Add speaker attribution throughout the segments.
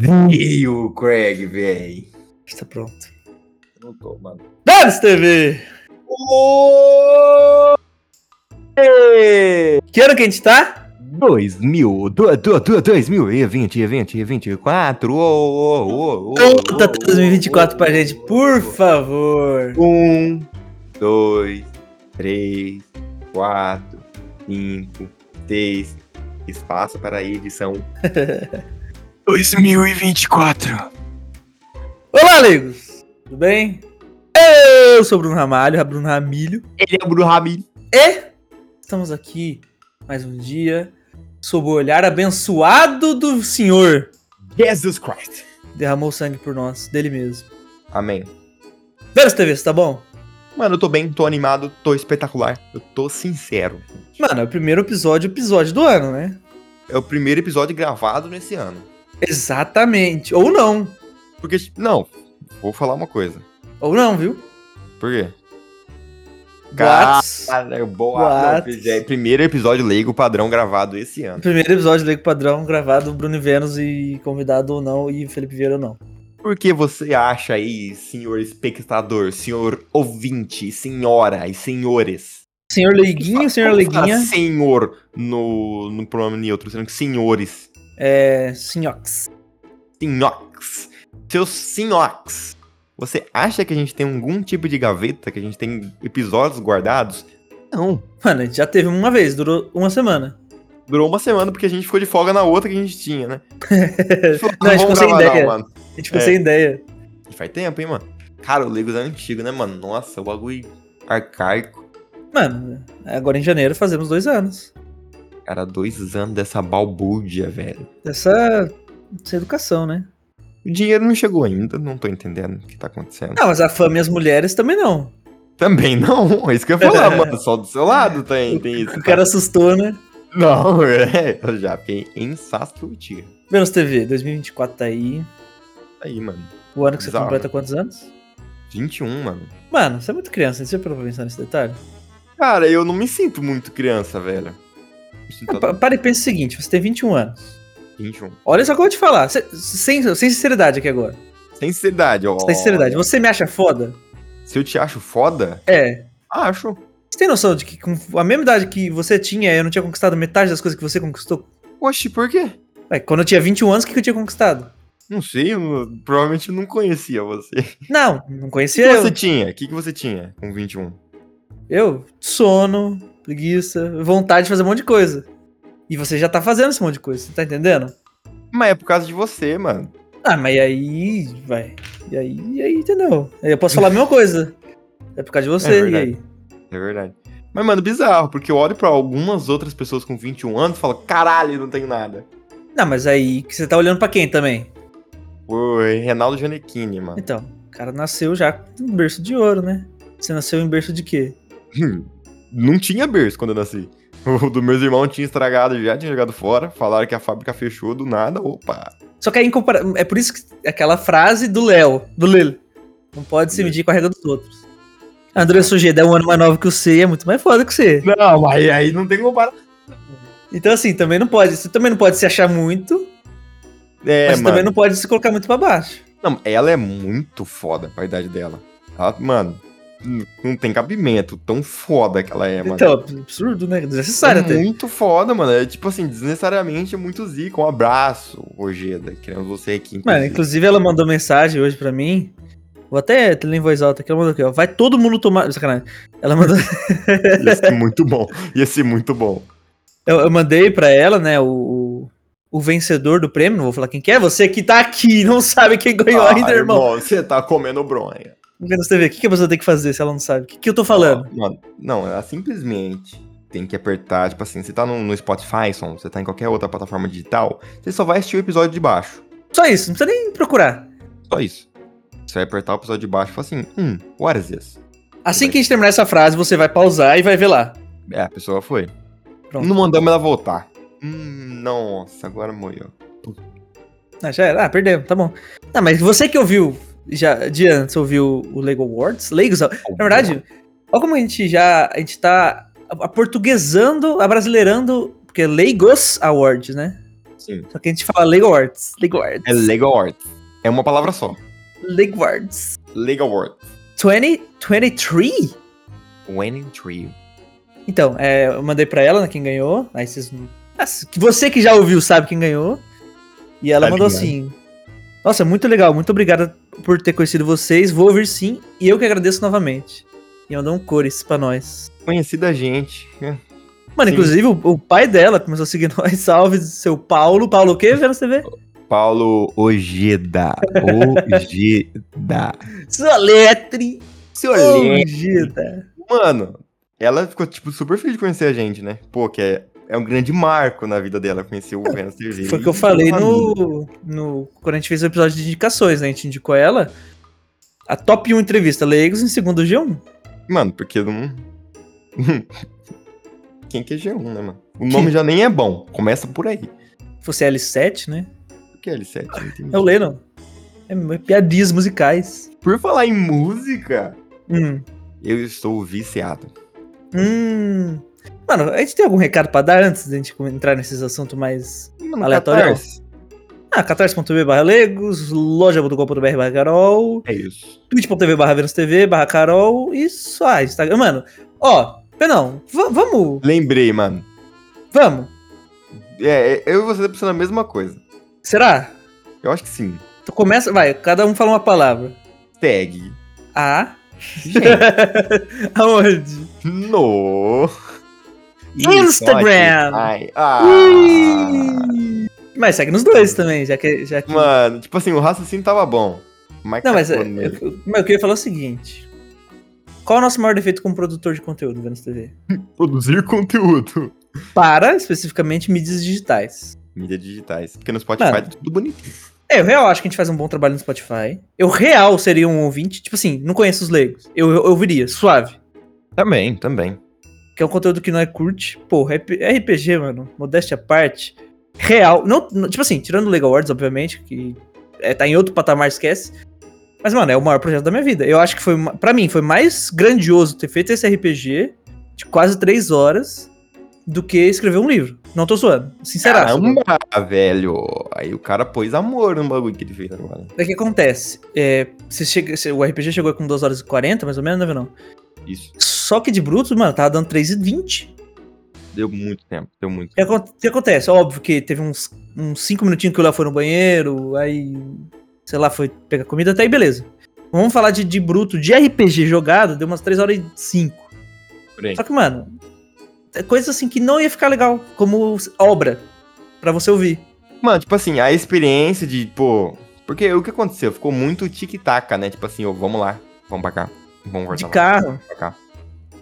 Speaker 1: Odeio o Craig, véi.
Speaker 2: Está pronto.
Speaker 1: Não tô, mano.
Speaker 2: Dados TV! Que ano que a gente tá?
Speaker 1: 2000, 2020, 2024, ô, ô, ô, ô.
Speaker 2: Conta 2024 pra gente, por favor.
Speaker 1: Um, dois, três, quatro, cinco, seis. Espaço para a edição 2024.
Speaker 2: Olá, amigos! Tudo bem? Eu sou o Bruno Ramalho, a Bruno Ramilho.
Speaker 1: Ele é o Bruno Rabi.
Speaker 2: E estamos aqui mais um dia sob o olhar abençoado do Senhor.
Speaker 1: Jesus Christ.
Speaker 2: Derramou sangue por nós, dele mesmo.
Speaker 1: Amém.
Speaker 2: Dados TV, você tá bom?
Speaker 1: Mano, eu tô bem, tô animado, tô espetacular. Eu tô sincero.
Speaker 2: Mano, é o primeiro episódio, episódio do ano, né?
Speaker 1: É o primeiro episódio gravado nesse ano.
Speaker 2: Exatamente. Ou não.
Speaker 1: Porque, tipo, não, vou falar uma coisa.
Speaker 2: Ou não, viu?
Speaker 1: Por quê?
Speaker 2: Boatos.
Speaker 1: Caralho, boa.
Speaker 2: Boatos.
Speaker 1: Não, é primeiro episódio leigo padrão gravado esse ano.
Speaker 2: Primeiro episódio do Leigo Padrão, gravado Bruno e Vênus e convidado ou não, e Felipe Vieira ou não.
Speaker 1: Por que você acha aí, senhor espectador, senhor ouvinte, senhora e senhores?
Speaker 2: Senhor Leiguinho, senhor
Speaker 1: Como fala
Speaker 2: Leiguinha,
Speaker 1: senhor no, no pronome neutro, sendo que senhores.
Speaker 2: é. Sinhox.
Speaker 1: Sinhox. Seus sinhox. Você acha que a gente tem algum tipo de gaveta, que a gente tem episódios guardados? Não.
Speaker 2: Mano, a gente já teve uma vez, durou uma semana.
Speaker 1: Durou uma semana porque a gente ficou de folga na outra que a gente tinha, né? gente falou,
Speaker 2: Não, a gente
Speaker 1: "Vamos
Speaker 2: ficou sem
Speaker 1: gravar não,
Speaker 2: ideia."
Speaker 1: mano.
Speaker 2: A gente ficou
Speaker 1: É.
Speaker 2: sem ideia.
Speaker 1: Faz tempo, hein, mano? Cara, o Legos é antigo, né, mano? Nossa, o bagulho arcaico.
Speaker 2: Mano, agora em janeiro fazemos dois anos.
Speaker 1: Cara, dois anos dessa balbúrdia, velho.
Speaker 2: Dessa. Essa educação, né?
Speaker 1: O dinheiro não chegou ainda, não tô entendendo o que tá acontecendo.
Speaker 2: Não, mas a fama e as mulheres também não.
Speaker 1: Também não, é isso que eu ia falar, mano. Só do seu lado tem, tem isso.
Speaker 2: O cara assustou, né?
Speaker 1: Não, é, eu já fiquei em Sassutia.
Speaker 2: Vênus TV, 2024 tá aí.
Speaker 1: Tá Aí, mano.
Speaker 2: O ano que você
Speaker 1: Bizarro.
Speaker 2: completa quantos anos?
Speaker 1: 21, mano.
Speaker 2: Mano, você é muito criança, você parou pra pensar nesse detalhe?
Speaker 1: Cara, eu não me sinto muito criança, velho. Me sinto
Speaker 2: Pa- Para e pensa o seguinte, você tem 21 anos.
Speaker 1: 21.
Speaker 2: Olha só o que eu vou te falar, se- sem, sem sinceridade aqui agora.
Speaker 1: Sem sinceridade, ó.
Speaker 2: Sem sinceridade, você me acha foda?
Speaker 1: Se eu te acho foda,
Speaker 2: É.
Speaker 1: acho.
Speaker 2: Você tem noção de que com a mesma idade que você tinha, eu não tinha conquistado metade das coisas que você conquistou?
Speaker 1: Oxe, por quê?
Speaker 2: Ué, quando eu tinha 21 anos, o que que eu tinha conquistado?
Speaker 1: Não sei, eu não- provavelmente não conhecia você. O
Speaker 2: Não, não
Speaker 1: que
Speaker 2: conhecia
Speaker 1: que
Speaker 2: eu.
Speaker 1: você tinha? O que, que você tinha com 21?
Speaker 2: Eu, sono, preguiça, vontade de fazer um monte de coisa. E você já tá fazendo esse monte de coisa, você tá entendendo?
Speaker 1: Mas é por causa de você, mano.
Speaker 2: Ah, mas aí, vai. E aí, e aí, entendeu? Aí eu posso falar a mesma coisa. É por causa de
Speaker 1: É
Speaker 2: você, e
Speaker 1: verdade.
Speaker 2: aí?
Speaker 1: É verdade. Mas, mano, bizarro, porque eu olho pra algumas outras pessoas com 21 anos e falo, caralho, não tenho nada.
Speaker 2: Não, mas aí que você tá olhando pra quem também?
Speaker 1: Oi, Reinaldo Giannichini, mano.
Speaker 2: Então, o cara nasceu já com um berço de ouro, né? Você nasceu em berço de quê?
Speaker 1: Hum, não tinha berço quando eu nasci. O do meus irmãos tinha estragado, já tinha jogado fora. Falaram que a fábrica fechou do nada. Opa!
Speaker 2: Só que aí, em compara... é por isso que aquela frase do Léo, do Lele, não pode se medir com a regra dos outros. André Sujeda é um ano mais novo que o C, é muito mais foda que o C.
Speaker 1: Não, aí, aí não tem comparação.
Speaker 2: Então, assim, também não pode. Você também não pode se achar muito,
Speaker 1: É,
Speaker 2: mas você
Speaker 1: mano.
Speaker 2: também não pode se colocar muito pra baixo.
Speaker 1: Não, ela é muito foda pra idade dela. Ela, mano, n- não tem cabimento tão foda que ela é, mano.
Speaker 2: Então, absurdo, né? Desnecessário
Speaker 1: é
Speaker 2: até.
Speaker 1: muito foda, mano. É tipo assim, desnecessariamente é muito zica. Um abraço, Ojeda. Queremos você aqui.
Speaker 2: Mano, inclusive ela mandou mensagem hoje pra mim. Vou até ler em voz alta aqui. Ela mandou aqui, ó. Vai todo mundo tomar. Sacanagem. Ela mandou.
Speaker 1: Ia ser muito bom. Ia ser muito bom.
Speaker 2: Eu, eu mandei pra ela, né, o, o, o vencedor do prêmio, não vou falar quem que é, você que tá aqui, não sabe quem
Speaker 1: Ah,
Speaker 2: ganhou ainda, irmão.
Speaker 1: Você tá comendo bronha.
Speaker 2: Vendo TV, o que, que a pessoa tem que fazer se ela não sabe? O que, que eu tô falando?
Speaker 1: Mano, não, ela simplesmente tem que apertar, tipo assim, você tá no, no Spotify, som, você tá em qualquer outra plataforma digital, você só vai assistir o episódio de baixo.
Speaker 2: Só isso, não precisa nem procurar.
Speaker 1: Só isso. Você vai apertar o episódio de baixo e fala assim, hum, what is this?
Speaker 2: Assim que a gente terminar essa frase, você vai pausar e vai ver lá.
Speaker 1: É, a pessoa foi.
Speaker 2: Pronto.
Speaker 1: Não mandamos ela voltar. Hum, nossa, agora morreu.
Speaker 2: Ah, já era. Ah, perdemos, tá bom. Ah, mas você que ouviu já de antes, ouviu o Lego Awards? Legos, na É verdade, olha como a gente já, a gente tá aportuguesando, abrasileirando, porque é Legos Awards, né?
Speaker 1: Sim.
Speaker 2: Só que a gente fala Lego Awards. Lego Awards.
Speaker 1: É Lego Awards. É uma palavra só.
Speaker 2: Lego Awards.
Speaker 1: Lego Awards.
Speaker 2: 2023?
Speaker 1: Winning Trio.
Speaker 2: Então, é, eu mandei pra ela, né, quem ganhou. Aí vocês. Ah, Você que já ouviu sabe quem ganhou. E ela
Speaker 1: Sabe
Speaker 2: mandou
Speaker 1: quem
Speaker 2: assim. Nossa, muito legal, muito obrigada por ter conhecido vocês. Vou ouvir sim, e eu que agradeço novamente. E mandou um cores pra nós.
Speaker 1: Conhecida a gente. né?
Speaker 2: Mano,
Speaker 1: Sim.
Speaker 2: inclusive o, o pai dela começou a seguir nós. Salve, seu Paulo. Paulo o quê? Vendo TV?
Speaker 1: Paulo Ojeda. Ojeda.
Speaker 2: Sua letre.
Speaker 1: Seu lindo.
Speaker 2: Ungida.
Speaker 1: Mano, ela ficou, tipo, super feliz de conhecer a gente, né? Pô, que é, é um grande marco na vida dela conhecer o Renan Cerveira.
Speaker 2: É, Foi o que eu falei no, no. Quando a gente fez o episódio de indicações, né? A gente indicou ela. A top 1 entrevista, Leigos, em segundo G1.
Speaker 1: Mano, porque não. Quem que é G1, né, mano? O nome já nem é bom. Começa por aí.
Speaker 2: Se fosse L7, né?
Speaker 1: O que é L7? Não entendi.
Speaker 2: É o Lennon. É m- piadinhas musicais.
Speaker 1: Por falar em música,
Speaker 2: Hum.
Speaker 1: eu estou viciado.
Speaker 2: Hum. Mano, a gente tem algum recado pra dar antes da gente entrar nesses assuntos mais.
Speaker 1: Mano,
Speaker 2: Aleatório? é
Speaker 1: Catarse.
Speaker 2: Ah, catarse.b barra Legos, loja.com.br barra Carol,
Speaker 1: É isso.
Speaker 2: twitch.tv barra Venus TV barra Carol e só ah, Instagram. Mano, ó, Penão, va- vamos,
Speaker 1: Lembrei, mano.
Speaker 2: vamos.
Speaker 1: É, é, eu e você tá pensando a mesma coisa.
Speaker 2: Será?
Speaker 1: Eu acho que sim.
Speaker 2: Tu começa, vai, cada um fala uma palavra.
Speaker 1: Tag.
Speaker 2: A.
Speaker 1: Gente,
Speaker 2: Aonde?
Speaker 1: no.
Speaker 2: Instagram.
Speaker 1: Ai, ah.
Speaker 2: Ih! Mas segue nos dois também, já que. Já que...
Speaker 1: Mano, né? tipo assim, o raciocínio tava bom. Mas
Speaker 2: Não, mas é,
Speaker 1: cagou
Speaker 2: eu,
Speaker 1: nele.
Speaker 2: mas eu queria falar o seguinte. Qual é o nosso maior defeito como produtor de conteúdo, Vênus TV?
Speaker 1: Produzir conteúdo.
Speaker 2: Para, especificamente, mídias digitais.
Speaker 1: Mídia digitais. Porque no Spotify
Speaker 2: Mano.
Speaker 1: tá tudo bonitinho.
Speaker 2: É, eu real acho que a gente faz um bom trabalho no Spotify. Eu real seria um ouvinte, tipo assim, não conheço os leigos. Eu, eu, eu viria, suave.
Speaker 1: Também, também.
Speaker 2: Que é um conteúdo que não é curte. Porra, é RPG, mano. Modéstia à parte. Real. Não, não- tipo assim, tirando o Lego Awards, obviamente, que é, tá em outro patamar, esquece. Mas, mano, é o maior projeto da minha vida. Eu acho que foi. ma- Pra mim, foi mais grandioso ter feito esse RPG de quase três horas do que escrever um livro. Não tô zoando. Sinceraço.
Speaker 1: Caramba, velho. Aí o cara pôs amor no bagulho que ele fez agora.
Speaker 2: É que acontece. É, você chega, você- o RPG chegou com 2 horas e 40, mais ou menos, né, Venão?
Speaker 1: Isso.
Speaker 2: Só que de bruto, mano, tava dando 3 e 20.
Speaker 1: Deu muito tempo. Deu muito
Speaker 2: O que acon- que acontece? Óbvio que teve uns, uns cinco minutinhos que o Léo foi no banheiro, aí, sei lá, foi pegar comida, até aí beleza. Vamos falar de, de bruto, de RPG jogado, deu umas 3 horas e 5.
Speaker 1: tempo.
Speaker 2: Só que, mano, é coisa assim que não ia ficar legal, como obra, pra você ouvir.
Speaker 1: Mano, tipo assim, a experiência de, pô. Porque o que aconteceu? Ficou muito tic-taca, né? Tipo assim, ô, vamos lá, vamos pra cá. Vamos voltar
Speaker 2: De
Speaker 1: lá,
Speaker 2: carro,
Speaker 1: pra cá.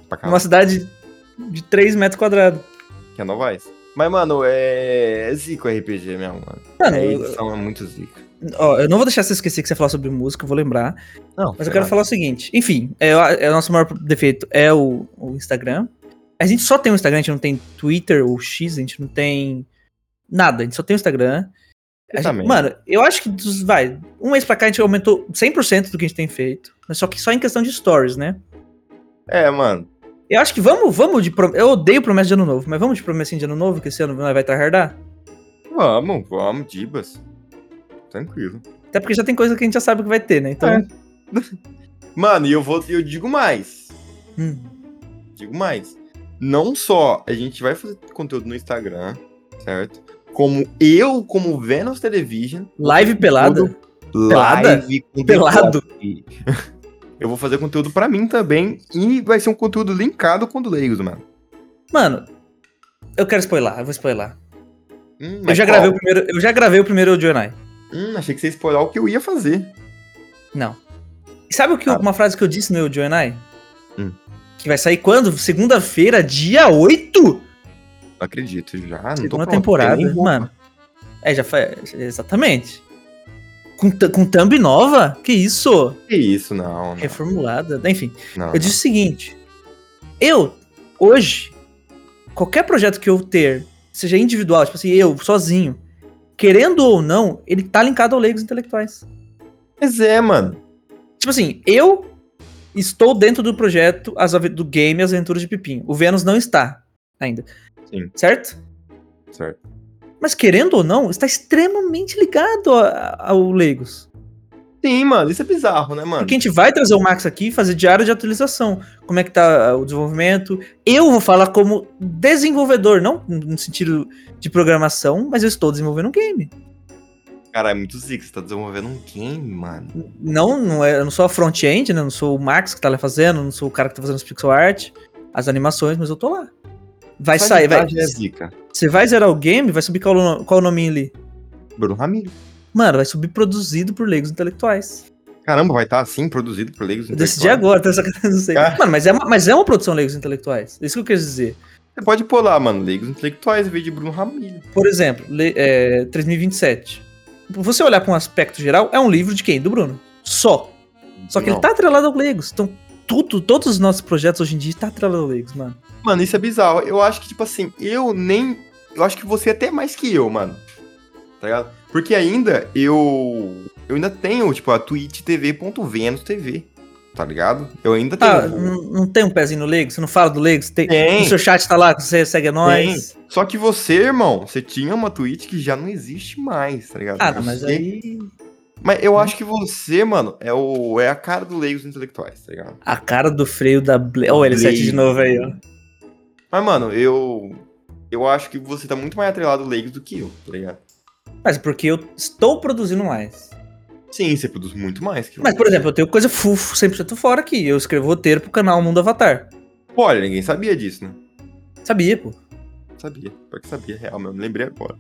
Speaker 1: Pra cá,
Speaker 2: numa cidade de 3 metros quadrados.
Speaker 1: que é Novaes. Mas, mano, é. É zico RPG mesmo, mano.
Speaker 2: Mano,
Speaker 1: É, a
Speaker 2: eu,
Speaker 1: edição é muito zica.
Speaker 2: ó, eu não vou deixar você esquecer que você falou sobre música, eu vou lembrar.
Speaker 1: Não,
Speaker 2: Mas eu quero falar o seguinte, enfim, é, o- é o nosso maior defeito é o, o Instagram. A gente só tem o Instagram, a gente não tem Twitter ou X, a gente não tem nada, a gente só tem o Instagram. A gente-
Speaker 1: Exatamente.
Speaker 2: mano, eu acho que, dos- vai, um mês pra cá a gente aumentou 100% do que a gente tem feito, mas só que só em questão de stories, né?
Speaker 1: É, mano.
Speaker 2: Eu acho que vamos, vamos de prom- Eu odeio promessa de ano novo, mas vamos de promessa de ano novo, que esse ano nós vai tardar.
Speaker 1: Vamos, vamos, Dibas. Tranquilo.
Speaker 2: Até porque já tem coisa que a gente já sabe que vai ter, né? Então.
Speaker 1: É. Mano, e eu vou. Eu digo mais.
Speaker 2: hum.
Speaker 1: Digo mais. Não só a gente vai fazer conteúdo no Instagram, certo? Como eu, como Venus Television,
Speaker 2: Live pelada? Pelada?
Speaker 1: live com
Speaker 2: Pelado?
Speaker 1: decote. Eu vou fazer conteúdo pra mim também e vai ser um conteúdo linkado com o do Leigos, mano.
Speaker 2: Mano, eu quero spoiler, eu vou spoiler.
Speaker 1: Hum,
Speaker 2: Eu
Speaker 1: mas
Speaker 2: já,
Speaker 1: qual?
Speaker 2: gravei um o primeiro, eu já gravei o primeiro Jonai.
Speaker 1: Hum, achei que você ia spoiler o que eu ia fazer.
Speaker 2: Não. E Sabe o que, eu-
Speaker 1: Ah.
Speaker 2: uma frase que eu disse no Jonai?
Speaker 1: Hum.
Speaker 2: Que vai sair quando? Segunda-feira, dia 8?
Speaker 1: Não acredito, já. Não tô
Speaker 2: Segunda
Speaker 1: Hum, pronto,
Speaker 2: temporada,
Speaker 1: eu nem vou-
Speaker 2: mano. É, já foi. Exatamente. Com, tu- com thumb nova? Que isso?
Speaker 1: Que isso, não. Não,
Speaker 2: Reformulada. Enfim,
Speaker 1: não, não.
Speaker 2: eu disse o seguinte. Eu, hoje, qualquer projeto que eu ter, seja individual, tipo assim, eu, sozinho, querendo ou não, ele tá linkado ao Leigos Intelectuais.
Speaker 1: Mas é, mano.
Speaker 2: Tipo assim, eu estou dentro do projeto as Ave- do game As Aventuras de Pipinho. O Vênus não está ainda.
Speaker 1: Sim.
Speaker 2: Certo?
Speaker 1: Certo.
Speaker 2: Mas querendo ou não, está extremamente ligado a- a- ao Legos.
Speaker 1: Sim, mano, isso é bizarro, né, mano?
Speaker 2: Porque a gente vai trazer o Max aqui e fazer diário de atualização. Como é que tá ah, o desenvolvimento. Eu vou falar como desenvolvedor, não no sentido de programação, mas eu estou desenvolvendo um game.
Speaker 1: Cara, é muito zica, você tá desenvolvendo um game, mano.
Speaker 2: Não, não é, eu não sou a front-end, né? Eu não sou o Max que tá lá fazendo, eu não sou o cara que tá fazendo os pixel art, as animações, mas eu tô lá. Vai
Speaker 1: Só
Speaker 2: sair,
Speaker 1: de
Speaker 2: vai.
Speaker 1: tarde É zica.
Speaker 2: Você vai zerar o game, vai subir qual, o no- qual o nominho ali?
Speaker 1: Bruno Ramiro.
Speaker 2: Mano, vai subir produzido por leigos intelectuais.
Speaker 1: Caramba, vai estar assim, produzido por leigos
Speaker 2: Eu decidi
Speaker 1: intelectuais?
Speaker 2: agora, tá sacanagem, não sei.
Speaker 1: Ah.
Speaker 2: Mano, mas é, uma, mas é uma produção leigos intelectuais. é Isso que eu quis dizer.
Speaker 1: Você pode pôr lá, mano, leigos intelectuais, em vez de Bruno Ramiro.
Speaker 2: Por exemplo, le- é, 3027. Você olhar para um aspecto geral, é um livro de quem? Do Bruno. Só. Só que
Speaker 1: Não.
Speaker 2: ele tá atrelado ao Legos. Então, tudo, todos os nossos projetos hoje em dia tá atrelado ao Legos, mano.
Speaker 1: Mano, isso é bizarro. Eu acho que, tipo assim, eu nem. Eu acho que você é até mais que eu, mano. Tá ligado? Porque ainda eu. Eu ainda tenho, tipo, a twitch.tv.venus TV. Tá ligado? Eu ainda tenho.
Speaker 2: Ah, não, não tem um pezinho no Legos? Você não fala do Legos? Tem,
Speaker 1: Tem.
Speaker 2: O seu chat tá lá, você segue nós.
Speaker 1: Só que você, irmão, você tinha uma Twitch que já não existe mais, tá ligado?
Speaker 2: Ah, não, mas
Speaker 1: Você-
Speaker 2: aí. Hum?
Speaker 1: Mas eu acho que você, mano, é, o... é a cara do Leigos Intelectuais, tá ligado?
Speaker 2: A cara do freio da Blade. Olha ele 7 de
Speaker 1: Blade.
Speaker 2: novo aí, ó.
Speaker 1: Mas, mano, eu. Eu acho que você tá muito mais atrelado ao Leigos do que eu, tá ligado?
Speaker 2: Mas porque eu estou produzindo mais.
Speaker 1: Sim, você produz muito mais que eu.
Speaker 2: Mas, por exemplo, eu tenho coisa fufo 100% fora aqui. Eu escrevo roteiro pro canal Mundo Avatar.
Speaker 1: Olha, ninguém sabia disso, né?
Speaker 2: Sabia, pô.
Speaker 1: Sabia. Pior que sabia, real mesmo. Lembrei agora.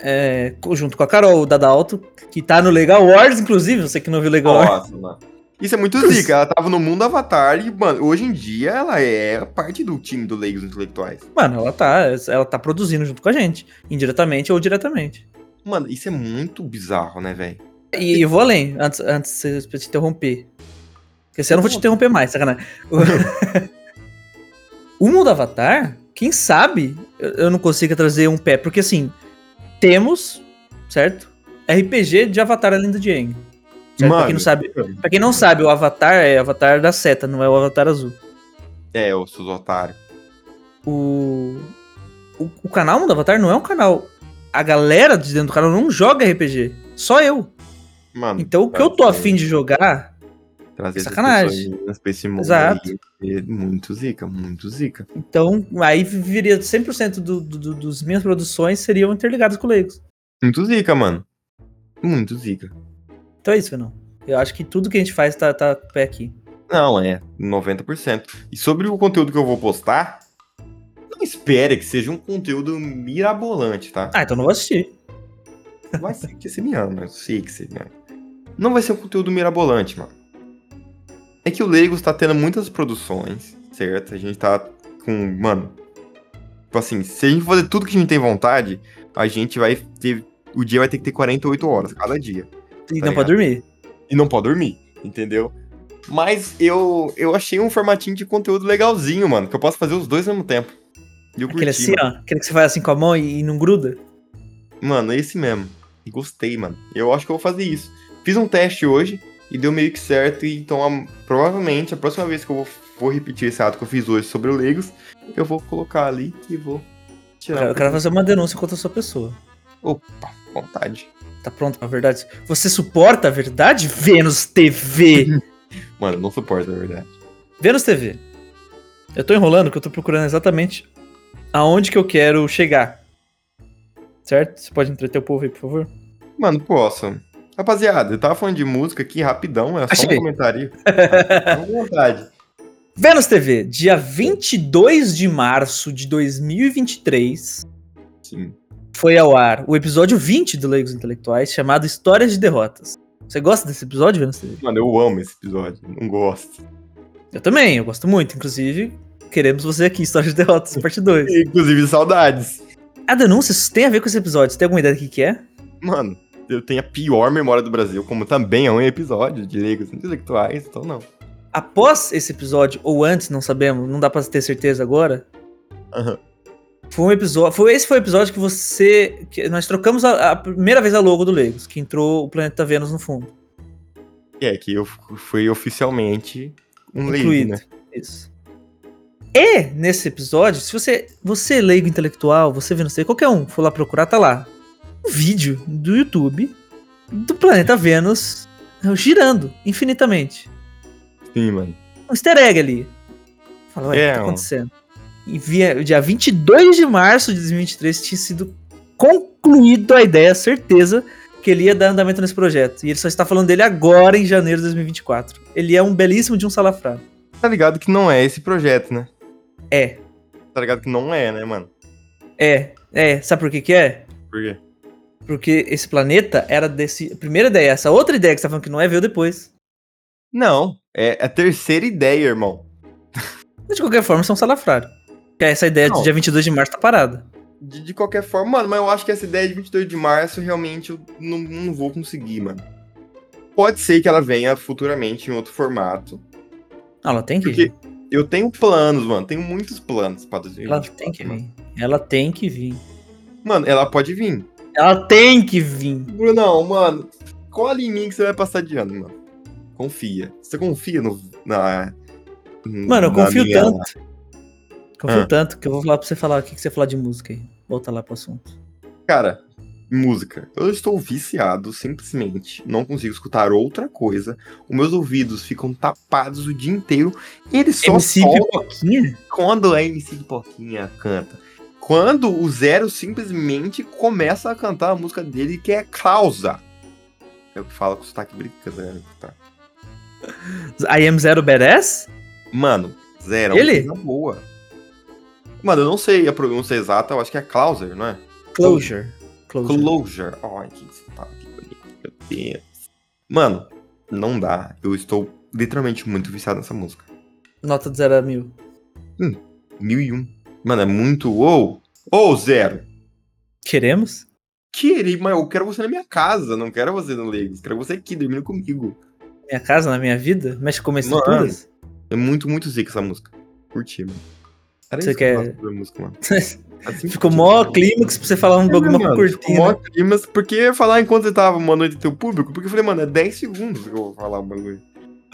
Speaker 2: é, co- junto com a Carol, da Dalto, que tá no Legal Wars, inclusive, você que não viu Legal Wars.
Speaker 1: Nossa, mano. Isso é muito zica. Ela tava no mundo Avatar e, mano, hoje em dia ela é parte do time do Leigos Intelectuais.
Speaker 2: Mano, ela tá, ela tá produzindo junto com a gente, indiretamente ou diretamente.
Speaker 1: Mano, isso é muito bizarro, né, velho?
Speaker 2: E eu vou além, antes, antes de você te interromper. Porque assim, eu não vou te interromper mais, sacanagem. O mundo Avatar, quem sabe eu- eu não consiga trazer um pé, porque assim, temos, certo? RPG de Avatar A Lenda de Aang. Certo? Pra
Speaker 1: Mano.
Speaker 2: quem não sabe, pra quem não sabe, o Avatar é Avatar da seta, não é o Avatar azul.
Speaker 1: É, os seus otários.
Speaker 2: o, o, o canal Mundo Avatar não é um canal. A galera de dentro do canal não joga RPG. Só eu.
Speaker 1: Mano.
Speaker 2: Então o que eu tô afim de jogar.
Speaker 1: Trazer essas
Speaker 2: Sacanagem.
Speaker 1: pessoas meninas pra esse mundo
Speaker 2: Exato.
Speaker 1: aí é muito zica, muito zica.
Speaker 2: Então aí viria 100% do, do, do, dos minhas produções seriam interligadas com o Legos.
Speaker 1: Muito zica, mano. Muito zica.
Speaker 2: Então é isso, Fernão. Eu acho que tudo que a gente faz tá, tá com o pé aqui.
Speaker 1: Não, é 90%. E sobre o conteúdo que eu vou postar, não espere que seja um conteúdo mirabolante, tá?
Speaker 2: Ah, então não vou assistir.
Speaker 1: Vai ser que você me ama, eu sei que você me ama. Não vai ser um conteúdo mirabolante, mano. É que o Legos tá tendo muitas produções, certo? A gente tá com, mano. Tipo assim, se a gente fazer tudo que a gente tem vontade, a gente vai ter. O dia vai ter que ter 48 horas cada dia.
Speaker 2: E
Speaker 1: Tá
Speaker 2: não pode dormir.
Speaker 1: E não pode dormir, entendeu? Mas eu, eu achei um formatinho de conteúdo legalzinho, mano. Que eu posso fazer os dois ao mesmo tempo. E eu
Speaker 2: Aquele
Speaker 1: curti,
Speaker 2: assim, ó. Aquele que você faz assim com a mão e, e não gruda.
Speaker 1: Mano, é esse mesmo. Gostei, mano. Eu acho que eu vou fazer isso. Fiz um teste hoje e deu meio que certo. e Então, a- provavelmente, a próxima vez que eu vou, vou repetir esse ato que eu fiz hoje sobre o Legos, eu vou colocar ali e vou
Speaker 2: Eu
Speaker 1: tirar.
Speaker 2: quero, eu quero fazer uma denúncia contra a sua pessoa.
Speaker 1: Opa, vontade.
Speaker 2: Tá pronto pra verdade? Você suporta a verdade, Vênus TV?
Speaker 1: Mano, eu não suporto, na verdade.
Speaker 2: Vênus TV. Eu tô enrolando porque eu tô procurando exatamente aonde que eu quero chegar. Certo? Você pode entreter o povo aí, por favor?
Speaker 1: Mano, posso. Rapaziada, eu tava falando de música aqui rapidão, é só
Speaker 2: Achei.
Speaker 1: um comentário. Com vontade.
Speaker 2: Vênus TV, dia 22 de março de 2023,
Speaker 1: Sim.
Speaker 2: foi ao ar o episódio 20 do Leigos Intelectuais, chamado Histórias de Derrotas. Você gosta desse episódio, Vênus TV?
Speaker 1: Mano, eu amo esse episódio. Não gosto.
Speaker 2: Eu também, eu gosto muito. Inclusive, queremos você aqui, Histórias de Derrotas, parte 2.
Speaker 1: Inclusive, saudades.
Speaker 2: A denúncia tem a ver com esse episódio. Você tem alguma ideia do que, que é?
Speaker 1: Mano, eu tenho a pior memória do Brasil, como também é um episódio de Legos Intelectuais, então não.
Speaker 2: após esse episódio, ou antes, não sabemos, não dá pra ter certeza agora.
Speaker 1: Aham.
Speaker 2: Foi um episódio. Foi, esse foi o episódio que você. que nós trocamos a, a primeira vez a logo do Legos, que entrou o planeta Vênus no fundo.
Speaker 1: É, que eu f- fui oficialmente um leigo,
Speaker 2: incluído.
Speaker 1: né?
Speaker 2: Isso. E nesse episódio, se você. Você é leigo intelectual, você vê, não sei, qualquer um for lá procurar, tá lá. um vídeo do YouTube do planeta Vênus girando infinitamente.
Speaker 1: Sim, mano.
Speaker 2: Um easter egg ali. Fala, ué, o
Speaker 1: É,
Speaker 2: que tá
Speaker 1: ó.
Speaker 2: acontecendo? E via, dia 22 de março de 2023 tinha sido concluída a ideia, certeza, que ele ia dar andamento nesse projeto. E ele só está falando dele agora, em janeiro de 2024. Ele é um belíssimo de um salafrado.
Speaker 1: Tá ligado que não é esse projeto, né?
Speaker 2: É,
Speaker 1: Tá ligado que não é, né, mano?
Speaker 2: é, é. Sabe por que que é?
Speaker 1: Por quê?
Speaker 2: Porque esse planeta era desse. A primeira ideia, essa outra ideia que você tá falando que não é, veio depois.
Speaker 1: Não, é a terceira ideia, irmão.
Speaker 2: Mas de qualquer forma, são salafrário. Que é essa ideia
Speaker 1: Não.
Speaker 2: do dia 22 de março tá parada.
Speaker 1: De, de qualquer forma, mano, mas eu acho que essa ideia de 22 de março realmente eu não, não vou conseguir, mano. Pode ser que ela venha futuramente em outro formato.
Speaker 2: Não, ela tem que
Speaker 1: Porque
Speaker 2: vir.
Speaker 1: eu tenho planos, mano. Tenho muitos planos pra 2024.
Speaker 2: Ela tem que
Speaker 1: mano.
Speaker 2: vir. Ela tem que vir.
Speaker 1: Mano, ela pode vir.
Speaker 2: Ela tem que vir.
Speaker 1: Brunão, mano, cola em mim que você vai passar de ano, mano. Confia. Você confia no, na.
Speaker 2: Mano, eu
Speaker 1: na
Speaker 2: confio
Speaker 1: minha-
Speaker 2: tanto. Confio
Speaker 1: Ah.
Speaker 2: tanto que eu vou falar pra você falar o que, que você falar de música aí. Volta lá pro assunto.
Speaker 1: Cara, música. Eu estou viciado, simplesmente. Não consigo escutar outra coisa. Os meus ouvidos ficam tapados o dia inteiro. E eles só
Speaker 2: MC
Speaker 1: soltam
Speaker 2: Pipoquinha?
Speaker 1: quando a MC de Porquinha canta. Quando o Zero simplesmente começa a cantar a música dele, que é Causa. É Eu falo com sotaque britânico, tá?
Speaker 2: I am Zero Badass?
Speaker 1: Mano, Zero.
Speaker 2: Ele?
Speaker 1: é uma coisa boa. Mano, eu não sei a pronúncia exata, eu acho que é Clouser, não é?
Speaker 2: Closure. Closure.
Speaker 1: Closure. Ai, que sotaque bonito. Meu Deus. Mano, não dá. Eu estou literalmente muito viciado nessa música.
Speaker 2: Nota de 0 a mil.
Speaker 1: Mil e um. Mano, é muito ou ou zero.
Speaker 2: Queremos?
Speaker 1: Querido, mas eu quero você na minha casa, não quero você no Legos. Quero você aqui dormindo comigo.
Speaker 2: Minha casa, na minha vida? Mexe com minhas
Speaker 1: Mano,
Speaker 2: estruturas?
Speaker 1: É muito, muito zica essa música. Curti, mano. Era
Speaker 2: Você
Speaker 1: isso que eu
Speaker 2: quer-
Speaker 1: falava sobre a música, mano. Assim,
Speaker 2: Ficou
Speaker 1: curti. É,
Speaker 2: mó clímax pra você falar um bagulho mó
Speaker 1: mano, ficou
Speaker 2: curtinho.
Speaker 1: mó
Speaker 2: né?
Speaker 1: climas, porque falar enquanto você tava uma noite teu público, porque eu falei, mano, é 10 segundos que eu vou falar o bagulho.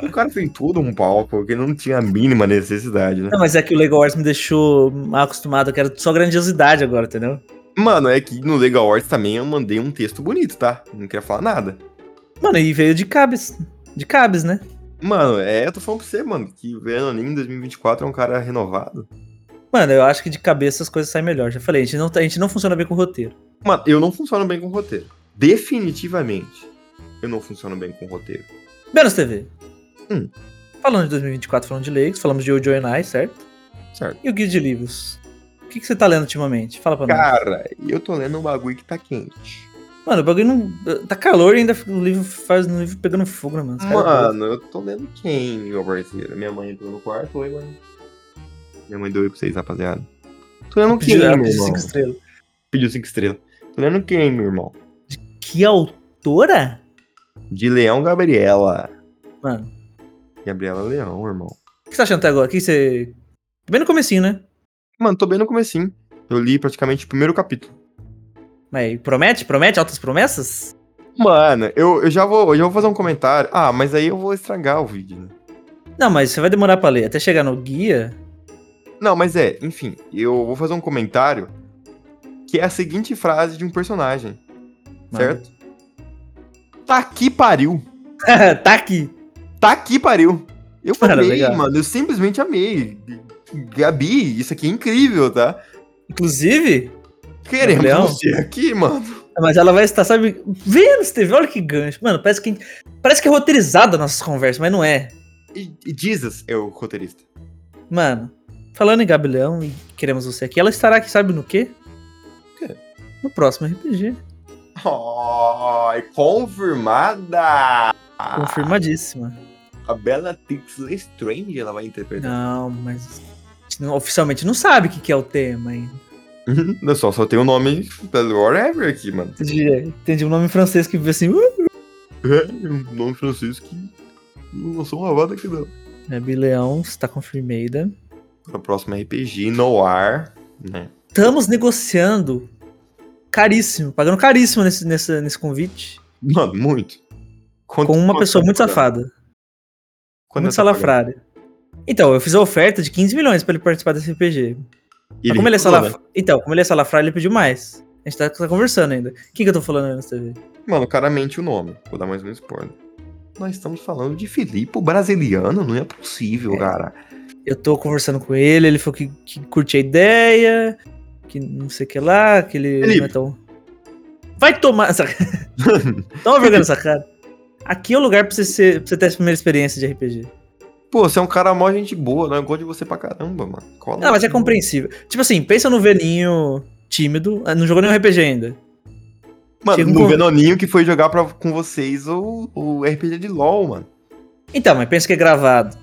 Speaker 1: O cara fez todo um palco, porque não tinha a mínima necessidade, né?
Speaker 2: Não, mas é que o Lego Wars me deixou mal acostumado, eu quero só grandiosidade agora, entendeu?
Speaker 1: Mano, é que no Legal Arts também eu mandei um texto bonito, tá? Não queria falar nada.
Speaker 2: Mano, e veio de cabes. De cabes, né?
Speaker 1: Mano, é, eu tô falando pra você, mano, que o Venonim 2024 é um cara renovado.
Speaker 2: Mano, eu acho que de cabeça as coisas saem melhor. Já falei, a gente não, tá- a gente não funciona bem com roteiro.
Speaker 1: Mano, eu não funciono bem com roteiro. Definitivamente, eu não funciono bem com roteiro.
Speaker 2: Menos TV.
Speaker 1: Hum.
Speaker 2: Falando de 2024, falando de Leigos, falamos de Ojo and I, certo?
Speaker 1: Certo.
Speaker 2: E o Guia de Livros? O que, que você tá lendo ultimamente? Fala pra nós.
Speaker 1: Cara, eu tô lendo um bagulho que tá quente.
Speaker 2: Mano, o bagulho não. Tá calor e ainda o livro faz no livro pegando fogo, né, mano? Os caras-
Speaker 1: Mano, eu tô lendo quem, meu parceiro? Minha mãe entrou no quarto, oi, mano. Minha mãe deu oi pra vocês, rapaziada. Tô lendo quem,
Speaker 2: Pediu- ela
Speaker 1: meu
Speaker 2: pediu
Speaker 1: irmão?
Speaker 2: cinco estrelas.
Speaker 1: Pediu cinco estrelas. Tô lendo quem, meu irmão?
Speaker 2: Que autora?
Speaker 1: De Leão Gabriela.
Speaker 2: Mano.
Speaker 1: Gabriela Leão, irmão.
Speaker 2: O que você tá achando até agora? O que você. Bem no comecinho, né?
Speaker 1: Mano, tô bem no comecinho. Eu li praticamente o primeiro capítulo.
Speaker 2: Mas promete? Promete? Altas promessas?
Speaker 1: Mano, eu, eu já vou, eu já vou fazer um comentário. Ah, mas aí eu vou estragar o vídeo, né?
Speaker 2: Não, mas você vai demorar pra ler. Até chegar no guia.
Speaker 1: Não, mas é, enfim, eu vou fazer um comentário que é a seguinte frase de um personagem,
Speaker 2: mano.
Speaker 1: certo? Tá que pariu.
Speaker 2: tá aqui.
Speaker 1: Tá que pariu. Eu
Speaker 2: Cara,
Speaker 1: falei,
Speaker 2: legal.
Speaker 1: mano, eu simplesmente amei. Gabi, isso aqui é incrível, tá?
Speaker 2: Inclusive.
Speaker 1: Queremos
Speaker 2: Gabriel?
Speaker 1: você aqui, mano.
Speaker 2: Mas ela vai estar, sabe? Vendo, Steve, olha que gancho. Mano, parece que, parece que é roteirizada nossas conversas, mas não é.
Speaker 1: E e Jesus é o roteirista.
Speaker 2: Mano, falando em Gabilhão e queremos você aqui, ela estará aqui, sabe no quê?
Speaker 1: quê?
Speaker 2: No próximo RPG.
Speaker 1: Oh, confirmada!
Speaker 2: Confirmadíssima.
Speaker 1: A Bella Tix Strange ela vai interpretar.
Speaker 2: Não, mas. a gente não- Oficialmente não sabe o que, que é o tema ainda.
Speaker 1: Eu só, só tem o nome pelo Whatever aqui, mano.
Speaker 2: Entendi, entendi um nome em francês que vive assim. Uh,
Speaker 1: É, um nome francês que não lançou uma vada aqui, não.
Speaker 2: Gabi né, Leão está confirmada.
Speaker 1: Pra próxima RPG, no ar, né?
Speaker 2: Estamos negociando caríssimo, pagando caríssimo nesse, nesse, nesse convite.
Speaker 1: Mano, muito. Quanto-
Speaker 2: Com uma
Speaker 1: quanto
Speaker 2: pessoa
Speaker 1: tá
Speaker 2: muito
Speaker 1: pagando?
Speaker 2: safada,
Speaker 1: Quanto
Speaker 2: muito
Speaker 1: tá pagando?
Speaker 2: salafrária. Então, eu fiz a oferta de 15 milhões pra ele participar desse RPG. Mas
Speaker 1: Ele
Speaker 2: como ele é
Speaker 1: recusou, né?
Speaker 2: salaf... Então, como ele é salafrário, ele pediu mais. A gente tá, tá conversando ainda. O que, que eu tô falando antes da TV?
Speaker 1: Mano, claramente o nome. Vou dar mais um spoiler. Nós estamos falando de Filipe Brasiliano, não é possível,
Speaker 2: É.
Speaker 1: cara.
Speaker 2: Eu tô conversando com ele, ele falou que, que curte a ideia, que não sei o que lá, que ele
Speaker 1: Felipe.
Speaker 2: não é tão. Vai tomar essa. Toma vergonha nessa cara. Aqui é o lugar pra você, ser, pra você ter essa primeira experiência de RPG.
Speaker 1: Pô, você é um cara mó gente boa, né? Eu gosto de você pra caramba, mano. Cola
Speaker 2: Não, mas é
Speaker 1: comigo.
Speaker 2: compreensível. Tipo assim, pensa no velhinho tímido, ah, não jogou nenhum RPG ainda.
Speaker 1: Mano,
Speaker 2: Chega um
Speaker 1: no
Speaker 2: con-
Speaker 1: Venoninho que foi jogar pra, com vocês o, o RPG de LoL, mano.
Speaker 2: Então, mas pensa que é gravado.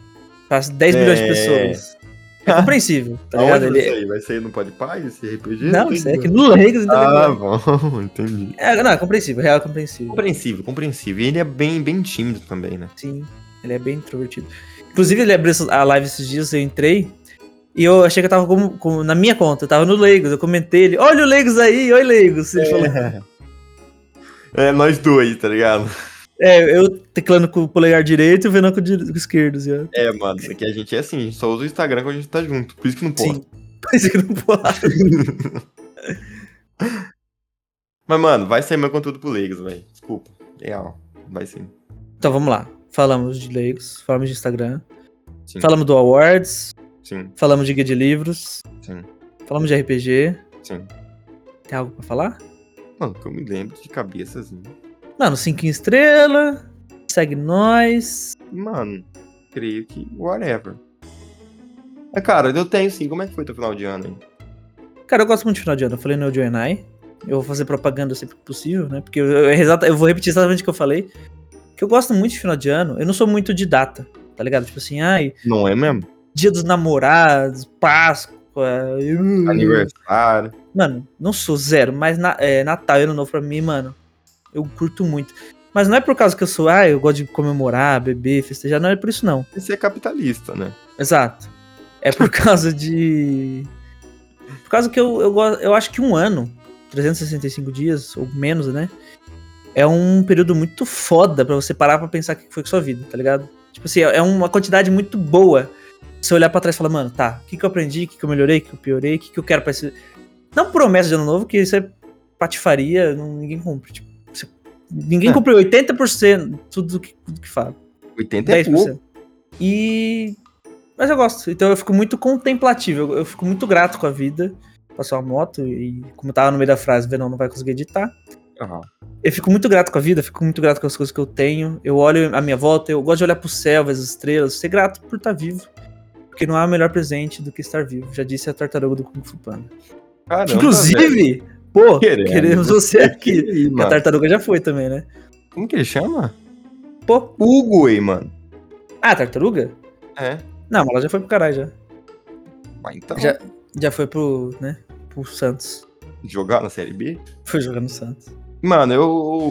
Speaker 2: Faz 10 milhões de
Speaker 1: É.
Speaker 2: pessoas. É compreensível, tá ligado?
Speaker 1: Aonde vai
Speaker 2: Ele...
Speaker 1: sair? Vai sair no Pode Paz esse RPG?
Speaker 2: Não,
Speaker 1: Entendi.
Speaker 2: isso é que no Legs
Speaker 1: Ah,
Speaker 2: tá
Speaker 1: bom, entendi.
Speaker 2: é, Não, é compreensível, real é compreensível.
Speaker 1: Compreensível, compreensível. E ele é bem, bem tímido também, né?
Speaker 2: Sim, ele é bem introvertido. Inclusive, ele abriu essa- a live esses dias, eu entrei. E eu achei que eu tava como, como- na minha conta, eu tava no Leigos, eu comentei ele, olha o Leigos aí, olha o Leigos. Ele falou,
Speaker 1: É, nós dois, tá ligado?
Speaker 2: é, eu teclando com o polegar direito e o Venom com o, dire- com o esquerdo, assim, ó.
Speaker 1: É, mano, é que a gente é assim, a gente só usa o Instagram quando a gente tá junto. Por isso que não posta.
Speaker 2: Sim. Parece que não pode.
Speaker 1: Mas, mano, vai sair meu conteúdo pro Leigos, velho. Desculpa. Real. Vai sim.
Speaker 2: Então vamos lá. Falamos de Leigos, falamos de Instagram,
Speaker 1: Sim.
Speaker 2: falamos do Awards,
Speaker 1: Sim,
Speaker 2: falamos de guia de livros,
Speaker 1: sim,
Speaker 2: falamos de RPG.
Speaker 1: sim.
Speaker 2: Tem algo pra falar?
Speaker 1: Mano, que eu me lembro de cabeça, assim.
Speaker 2: Mano, 5 estrela, segue nós.
Speaker 1: Mano, creio que whatever. É, cara, eu tenho sim. Como é que foi teu final de ano aí?
Speaker 2: Cara, eu gosto muito de final de ano. Eu falei no Joenai. Eu vou fazer propaganda sempre que possível, né? Porque eu, eu- exata- eu vou repetir exatamente o que eu falei. Que eu gosto muito de final de ano. Eu não sou muito de data, tá ligado? Tipo assim, ai,
Speaker 1: Não é mesmo?
Speaker 2: dia dos namorados, Páscoa. eu-
Speaker 1: Hum. Aniversário.
Speaker 2: Mano, não sou zero, mas na- é, Natal e Ano Novo pra mim, mano, eu curto muito. Mas não é por causa que eu sou, ah, eu gosto de comemorar, beber, festejar. Não é por isso, não.
Speaker 1: Você é capitalista, né?
Speaker 2: Exato. É por causa de. Por causa que eu, eu, go- eu acho que um ano, 365 dias, ou menos, né? É um período muito foda pra você parar pra pensar o que foi com sua vida, tá ligado? Tipo assim, é uma quantidade muito boa. Você olhar pra trás e falar, mano, tá, o que, que eu aprendi, o que, que eu melhorei, o que, que eu piorei, o que, que eu quero pra esse. Não promessa de ano novo, que isso é patifaria, não- ninguém cumpre. Tipo, você- ninguém
Speaker 1: É.
Speaker 2: cumpre 80% tudo do que, tudo que fala.
Speaker 1: 80 é pouco.
Speaker 2: 10%. E. Mas eu gosto. Então eu fico muito contemplativo. Eu, eu fico muito grato com a vida. Passou a moto e, como eu tava no meio da frase, Venom não vai conseguir editar.
Speaker 1: Aham.
Speaker 2: Eu fico muito grato com a vida, fico muito grato com as coisas que eu tenho. Eu olho a minha volta, eu gosto de olhar pro céu, ver as estrelas, ser grato por estar vivo. Porque não há melhor presente do que estar vivo. Já disse a tartaruga do Kung Fu Panda.
Speaker 1: Caramba, velho.
Speaker 2: Inclusive, pô,
Speaker 1: Queremos
Speaker 2: queremos, você aqui.
Speaker 1: E aí,
Speaker 2: Porque a
Speaker 1: mano?
Speaker 2: tartaruga já foi também, né?
Speaker 1: Como que ele chama?
Speaker 2: Pô.
Speaker 1: Hugo, hein, mano.
Speaker 2: Ah, tartaruga?
Speaker 1: É.
Speaker 2: Não, mas ela já foi pro caralho já.
Speaker 1: Vai então.
Speaker 2: Já- Já foi pro, né, pro Santos.
Speaker 1: Jogar na Série B?
Speaker 2: Foi jogar no Santos.
Speaker 1: Mano, eu,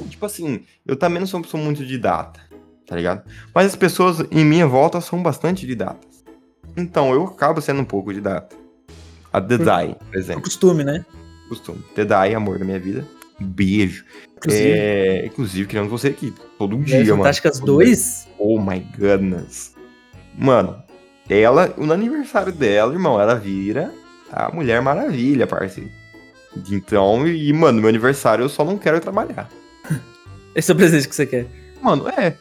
Speaker 1: eu- Tipo assim, eu também não sou uma pessoa muito de data, tá ligado? Mas as pessoas em minha volta são bastante de datas. Então, eu acabo sendo um pouco de data. A Dedai, por
Speaker 2: É o
Speaker 1: exemplo.
Speaker 2: costume, né?
Speaker 1: Costume. Dedai, amor da minha vida. Beijo.
Speaker 2: Inclusive.
Speaker 1: É, inclusive, querendo você aqui. Todo
Speaker 2: Mulheres
Speaker 1: dia, mano.
Speaker 2: Fantásticas
Speaker 1: Todo
Speaker 2: 2?
Speaker 1: Oh my goodness. Mano, ela, no aniversário dela, irmão, ela vira a Mulher Maravilha, parceiro. Então, e, mano, meu aniversário eu só não quero trabalhar.
Speaker 2: Esse é o presente que você quer. Mano,
Speaker 1: é.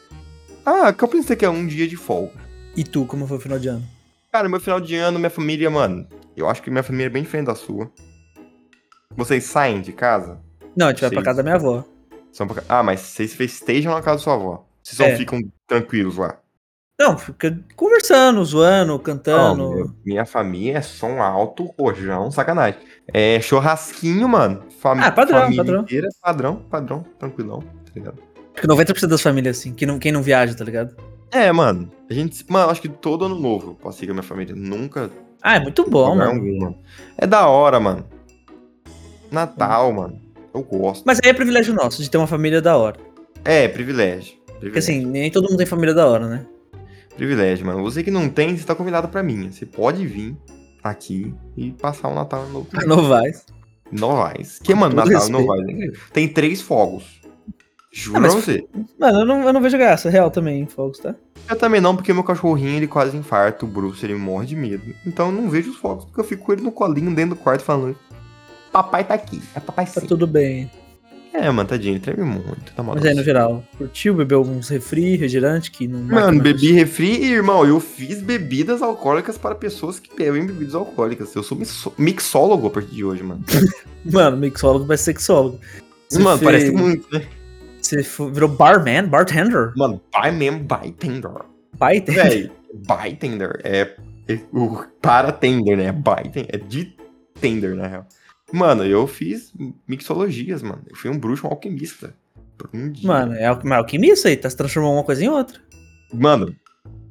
Speaker 1: Ah, que eu pensei que é um dia de folga.
Speaker 2: E tu, como foi o final de ano?
Speaker 1: Cara, meu final de ano, minha família, mano. Eu acho que minha família é bem diferente da sua. Vocês saem de casa?
Speaker 2: Não, a gente vai pra
Speaker 1: Sim.
Speaker 2: casa da minha avó.
Speaker 1: São pra... ca- Ah, mas vocês festejam na casa da sua avó. Vocês só
Speaker 2: É.
Speaker 1: ficam tranquilos lá.
Speaker 2: Não, fica conversando, zoando,
Speaker 1: Não,
Speaker 2: cantando.
Speaker 1: meu- minha família é som alto, rojão, sacanagem. É churrasquinho, mano. Fam-
Speaker 2: Ah, padrão,
Speaker 1: família
Speaker 2: padrão.
Speaker 1: Inteira, padrão, padrão, tranquilão, tá ligado?
Speaker 2: Porque 90% das famílias, assim, que não, quem não viaja, tá ligado?
Speaker 1: É, mano. A gente, mano, acho que todo ano novo eu passei com a minha família. Nunca.
Speaker 2: Ah, é muito bom,
Speaker 1: lugar
Speaker 2: mano.
Speaker 1: algum, mano. É da hora, mano.
Speaker 2: Hum.
Speaker 1: Natal, mano. Eu gosto.
Speaker 2: Mas aí é privilégio nosso de ter uma família da hora.
Speaker 1: É, privilégio.
Speaker 2: Porque
Speaker 1: Privilégio,
Speaker 2: assim, nem todo mundo tem família da hora, né?
Speaker 1: privilégio, mano. Você que não tem, você tá convidado pra mim. Você pode vir aqui e passar o Natal no novo.
Speaker 2: Pra Novais.
Speaker 1: Novais. Que, mano,
Speaker 2: Ah, todo
Speaker 1: Natal em
Speaker 2: respeito.
Speaker 1: Novais é incrível. Tem três fogos. Juro
Speaker 2: Ah, mas-
Speaker 1: pra você.
Speaker 2: Mano, eu não, eu não vejo graça, real também, em fogos, tá?
Speaker 1: Eu também não, porque meu cachorrinho, ele quase infarta. O Bruce, ele morre de medo. Então eu não vejo os fogos, porque eu fico com ele no colinho dentro do quarto falando. Papai tá aqui. É papai
Speaker 2: Tá
Speaker 1: sim.
Speaker 2: tudo bem.
Speaker 1: É, mano, tadinho, ele treme muito. Tá
Speaker 2: Mas é,
Speaker 1: maluco.
Speaker 2: aí, no geral, curtiu, bebeu uns refri, refrigerante, que não... marca
Speaker 1: Mano,
Speaker 2: nada.
Speaker 1: bebi refri, irmão. Eu fiz bebidas alcoólicas para pessoas que bebem bebidas alcoólicas. Eu sou mixo- mixólogo a partir de hoje, mano.
Speaker 2: Mano, mixólogo vai ser sexólogo. Você
Speaker 1: mano,
Speaker 2: fez-
Speaker 1: parece muito. né?
Speaker 2: Você fo- virou barman, bartender,
Speaker 1: Mano, vai mesmo, bartender.
Speaker 2: baita.
Speaker 1: Véi, bartender é, é o para tender, né? Bartender, é de tender, na real. Mano, eu fiz mixologias, mano. Eu fui um bruxo, um alquimista. Por um dia.
Speaker 2: Mano, é alqui- mas alquimia isso aí, tá se transformando uma coisa em outra.
Speaker 1: Mano,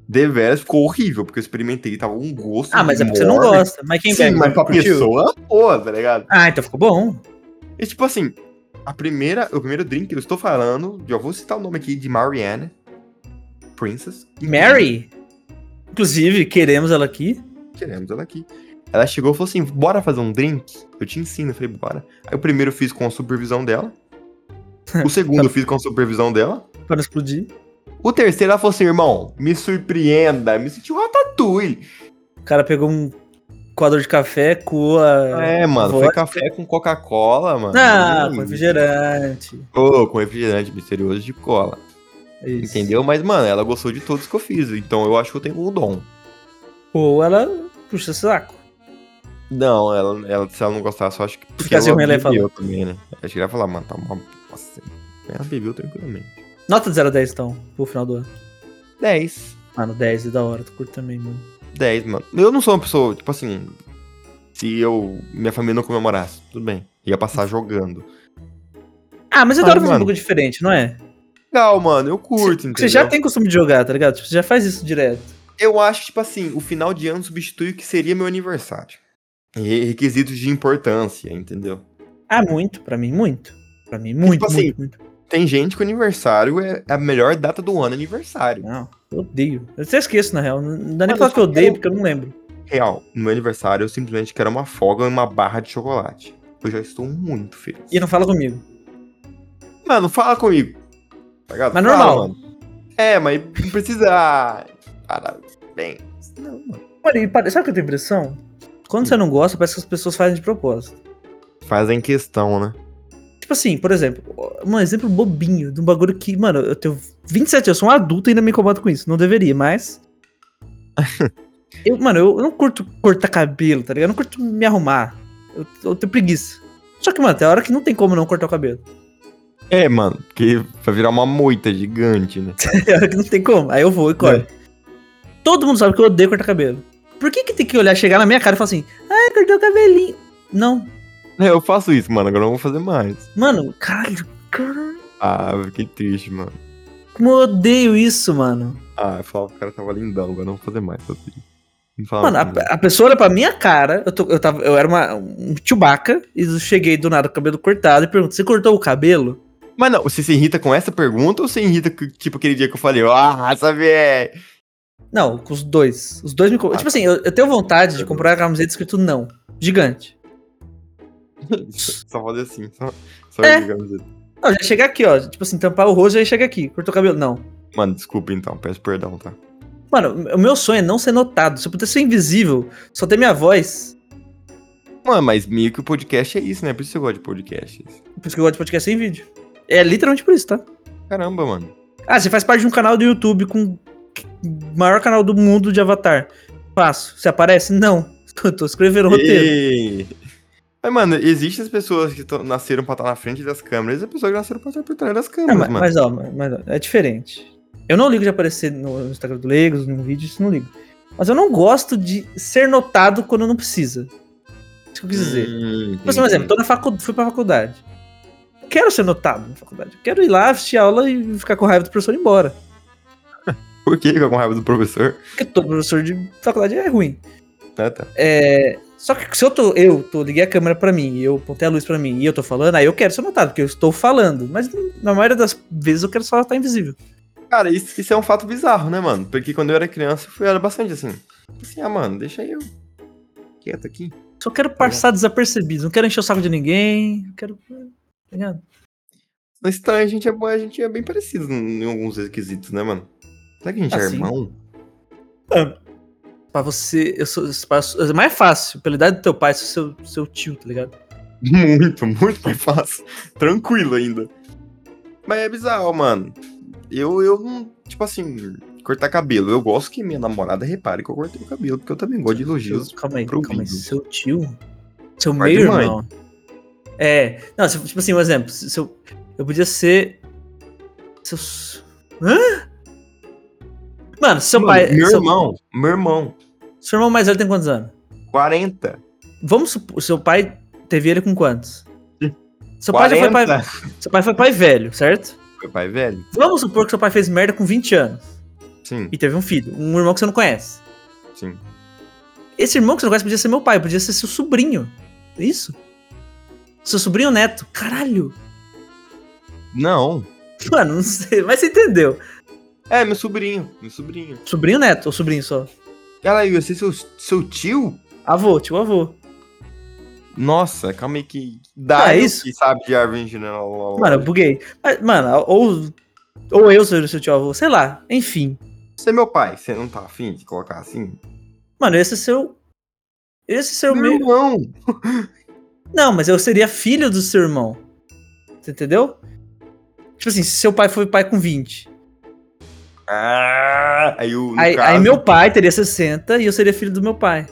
Speaker 1: deveras ficou horrível, porque eu experimentei e tava um gosto.
Speaker 2: Ah, mas é porque você não
Speaker 1: mórbido.
Speaker 2: gosta. Mas quem
Speaker 1: Sim,
Speaker 2: bebe,
Speaker 1: mas pra
Speaker 2: curtiu?
Speaker 1: pessoa, pô, tá ligado?
Speaker 2: Ah, então ficou bom.
Speaker 1: E tipo assim, a primeira, o primeiro drink que eu estou falando, já vou citar o nome aqui de Marianne Princess.
Speaker 2: Mary, inclusive, queremos ela aqui.
Speaker 1: Queremos ela aqui. Ela chegou e falou assim: bora fazer um drink? Eu te ensino. Eu falei, bora. Aí o primeiro eu fiz com a supervisão dela. O segundo eu fiz com a supervisão dela.
Speaker 2: Pra não explodir.
Speaker 1: O terceiro ela falou assim: irmão, me surpreenda. Me senti um ratatouille.
Speaker 2: O cara pegou um quadro de café, coa.
Speaker 1: É, mano, foi
Speaker 2: vodka.
Speaker 1: café com Coca-Cola, mano.
Speaker 2: Ah,
Speaker 1: Hum.
Speaker 2: com refrigerante. É
Speaker 1: Ô, com refrigerante misterioso de cola.
Speaker 2: Isso.
Speaker 1: Entendeu? Mas, mano, ela gostou de todos que eu fiz. Então eu acho que eu tenho um dom.
Speaker 2: Ou ela puxa saco.
Speaker 1: Não, ela, ela- se ela não gostasse, eu acho que. porque
Speaker 2: assim,
Speaker 1: ela
Speaker 2: o René
Speaker 1: bebeu também, né? Acho que ela ia falar, mano, tá uma. Nossa, ela bebeu tranquilamente.
Speaker 2: Nota de 0 a 10, então, pro final do ano.
Speaker 1: 10.
Speaker 2: Mano, 10 é da hora, tu curto também, mano.
Speaker 1: 10, mano. Eu não sou uma pessoa, tipo assim. Se eu. Minha família não comemorasse, tudo bem. Ia passar jogando.
Speaker 2: Ah, mas é da
Speaker 1: Ah,
Speaker 2: hora fazer um
Speaker 1: mano.
Speaker 2: pouco diferente, não é?
Speaker 1: Legal, mano, eu curto,
Speaker 2: Porque
Speaker 1: entendeu?
Speaker 2: Você já tem costume de jogar, tá ligado? Tipo, você já faz isso direto.
Speaker 1: Eu acho, que, tipo assim, o final de ano substitui o que seria meu aniversário. Re- Requisitos de importância, entendeu?
Speaker 2: Ah, muito, pra mim, muito. Pra mim, muito,
Speaker 1: Tipo assim,
Speaker 2: muito, muito.
Speaker 1: Tem gente que o aniversário é a melhor data do ano, aniversário.
Speaker 2: Não, eu odeio. Eu até esqueço, na real. Não dá nem
Speaker 1: Mano,
Speaker 2: pra falar
Speaker 1: eu
Speaker 2: que eu
Speaker 1: só
Speaker 2: odeio,
Speaker 1: quero-
Speaker 2: porque eu não lembro.
Speaker 1: Real, no meu aniversário eu simplesmente quero uma folga e uma barra de chocolate. Eu já estou muito feliz.
Speaker 2: E não fala comigo.
Speaker 1: Mano, fala comigo. Tá ligado?
Speaker 2: Mas
Speaker 1: Fala,
Speaker 2: normal.
Speaker 1: mano. É, mas não precisa. ah, Parabéns. Não, mano. Hum.
Speaker 2: Mano, e pare- sabe o que eu tenho impressão? Quando você não gosta, parece que as pessoas fazem de propósito.
Speaker 1: Fazem questão, né?
Speaker 2: Tipo assim, por exemplo, um exemplo bobinho de um bagulho que, mano, eu tenho 27 anos, eu sou um adulto e ainda me incomodo com isso. Não deveria, mas. eu, mano, eu, eu não curto cortar cabelo, tá ligado? Eu não curto me arrumar. Eu, eu tenho preguiça. Só que, mano, tem hora que não tem como não cortar o cabelo.
Speaker 1: É, mano, porque vai virar uma moita gigante, né?
Speaker 2: Tem hora que não tem como. Aí eu vou e corto. Todo mundo sabe que eu odeio cortar cabelo. Por que, que tem que olhar, chegar na minha cara e falar assim, ah, cortou o cabelinho? Não.
Speaker 1: É, eu faço isso, mano, agora eu não vou fazer mais.
Speaker 2: Mano, caralho, caralho.
Speaker 1: Ah, eu fiquei triste, mano.
Speaker 2: Como eu odeio isso, mano.
Speaker 1: Ah, eu falava que o cara tava lindão, agora eu não vou fazer mais. Tô triste. Não fala
Speaker 2: Mano, a,
Speaker 1: mais.
Speaker 2: a pessoa olha pra minha cara, eu, tô- eu, tava, eu era uma, um Chewbacca, e eu cheguei do nada com o cabelo cortado e pergunto, você cortou o cabelo?
Speaker 1: Mas não, você se irrita com essa pergunta ou você irrita, com, tipo, aquele dia que eu falei, ah, sabe? é?"
Speaker 2: Não, com os dois. Os dois me... co-
Speaker 1: Ah,
Speaker 2: tipo assim, eu, eu tenho vontade de comprar uma camiseta escrito não. Gigante.
Speaker 1: Só fazer assim, só, só
Speaker 2: É.
Speaker 1: digamos assim.
Speaker 2: Não, já chega aqui, ó. Tipo assim, tampar o rosto e aí chega aqui. Cortou o cabelo? Não.
Speaker 1: Mano, desculpa então, peço perdão, tá?
Speaker 2: Mano, o meu sonho é não ser notado. Se eu pudesse ser invisível, só ter minha voz.
Speaker 1: Mano, mas meio que o podcast é isso, né? Por isso que eu gosto de podcasts.
Speaker 2: Por isso que eu gosto de podcast sem vídeo. É literalmente por isso, tá?
Speaker 1: Caramba, mano.
Speaker 2: Ah, você faz parte de um canal do YouTube com o maior canal do mundo de Avatar. Faço. Você aparece? Não. Eu tô escrevendo o roteiro.
Speaker 1: Ei. Mas, mano, existem as pessoas que tão- nasceram pra estar na frente das câmeras e as pessoas que nasceram pra estar por trás das
Speaker 2: Ah,
Speaker 1: câmeras,
Speaker 2: mas,
Speaker 1: mano.
Speaker 2: mas, ó, mas, ó, é diferente. Eu não ligo de aparecer no Instagram do Legos, num vídeo, isso eu não ligo. Mas eu não gosto de ser notado quando não precisa. Isso que eu quis dizer. Tipo assim,
Speaker 1: Hum,
Speaker 2: Por exemplo, tô na facu... fui pra faculdade. Eu Quero ser notado na faculdade. Eu Quero ir lá, assistir a aula e ficar com raiva do professor e ir embora.
Speaker 1: Por que fica com raiva do professor?
Speaker 2: Porque todo professor de faculdade é ruim.
Speaker 1: Ah, tá.
Speaker 2: É, Só que se eu tô, eu tô, liguei a câmera pra mim, e eu apontei a luz pra mim e eu tô falando, aí eu quero ser notado, porque eu estou falando. Mas na maioria das vezes eu quero só estar invisível.
Speaker 1: Cara, isso, isso é um fato bizarro, né, mano? Porque quando eu era criança, eu fui- era bastante assim. Assim, ah, mano, deixa eu quieto aqui.
Speaker 2: Só quero passar desapercebido, não quero encher o saco de ninguém, não quero. tá ligado?
Speaker 1: No estranho, a gente é, bo- a gente é bem parecido em alguns requisitos, né, mano? Será que a gente é
Speaker 2: Assim.
Speaker 1: irmão?
Speaker 2: Pra você. Eu sou, eu sou- é mais fácil, pela idade do teu pai, ser seu, seu tio, tá ligado?
Speaker 1: Muito, muito mais fácil. Tranquilo ainda. Mas é bizarro, mano. Eu, eu não. Tipo assim, cortar cabelo. Eu gosto que minha namorada repare que eu cortei o cabelo, porque eu também gosto de elogios.
Speaker 2: Calma aí,
Speaker 1: pro
Speaker 2: calma aí.
Speaker 1: vídeo.
Speaker 2: Seu tio? Seu
Speaker 1: Pai de
Speaker 2: meio-irmão? É. Não, se- tipo assim, um exemplo. se- se eu, eu podia ser. Seu. s- Hã? Mano, seu
Speaker 1: Mano,
Speaker 2: pai.
Speaker 1: meu
Speaker 2: seu,
Speaker 1: irmão, meu irmão,
Speaker 2: seu irmão mais velho tem quantos anos?
Speaker 1: 40.
Speaker 2: Vamos supor. Seu pai teve ele com quantos? Seu pai,
Speaker 1: 40.
Speaker 2: já foi pai, seu pai foi pai velho, certo?
Speaker 1: Meu pai é velho?
Speaker 2: Vamos supor que seu pai fez merda com 20 anos
Speaker 1: Sim,
Speaker 2: e teve um filho, um irmão que você não conhece.
Speaker 1: sim.
Speaker 2: Esse irmão que você não conhece podia ser meu pai, podia ser seu sobrinho. Isso? Seu sobrinho ou neto. Caralho.
Speaker 1: Não.
Speaker 2: Mano, não sei, mas você entendeu.
Speaker 1: É, meu sobrinho, meu sobrinho.
Speaker 2: Sobrinho ou neto, ou sobrinho só.
Speaker 1: Ela aí, você é seu, seu tio?
Speaker 2: Avô, tio avô.
Speaker 1: Nossa, calma aí que dá
Speaker 2: Ah, é
Speaker 1: eu
Speaker 2: isso?
Speaker 1: que sabe de árvore genealógica.
Speaker 2: Mano, eu buguei. Mas, mano, ou, ou eu sou seu tio avô, sei lá. Enfim.
Speaker 1: Você é meu pai, você não tá afim de colocar assim?
Speaker 2: Mano, esse é seu. Esse é seu
Speaker 1: meu
Speaker 2: meu.
Speaker 1: irmão!
Speaker 2: Não, mas eu seria filho do seu irmão. Você entendeu? Tipo assim, se seu pai foi pai com 20.
Speaker 1: Ah, aí o. no
Speaker 2: Aí,
Speaker 1: caso,
Speaker 2: aí meu pai teria 60 e eu seria filho do meu pai.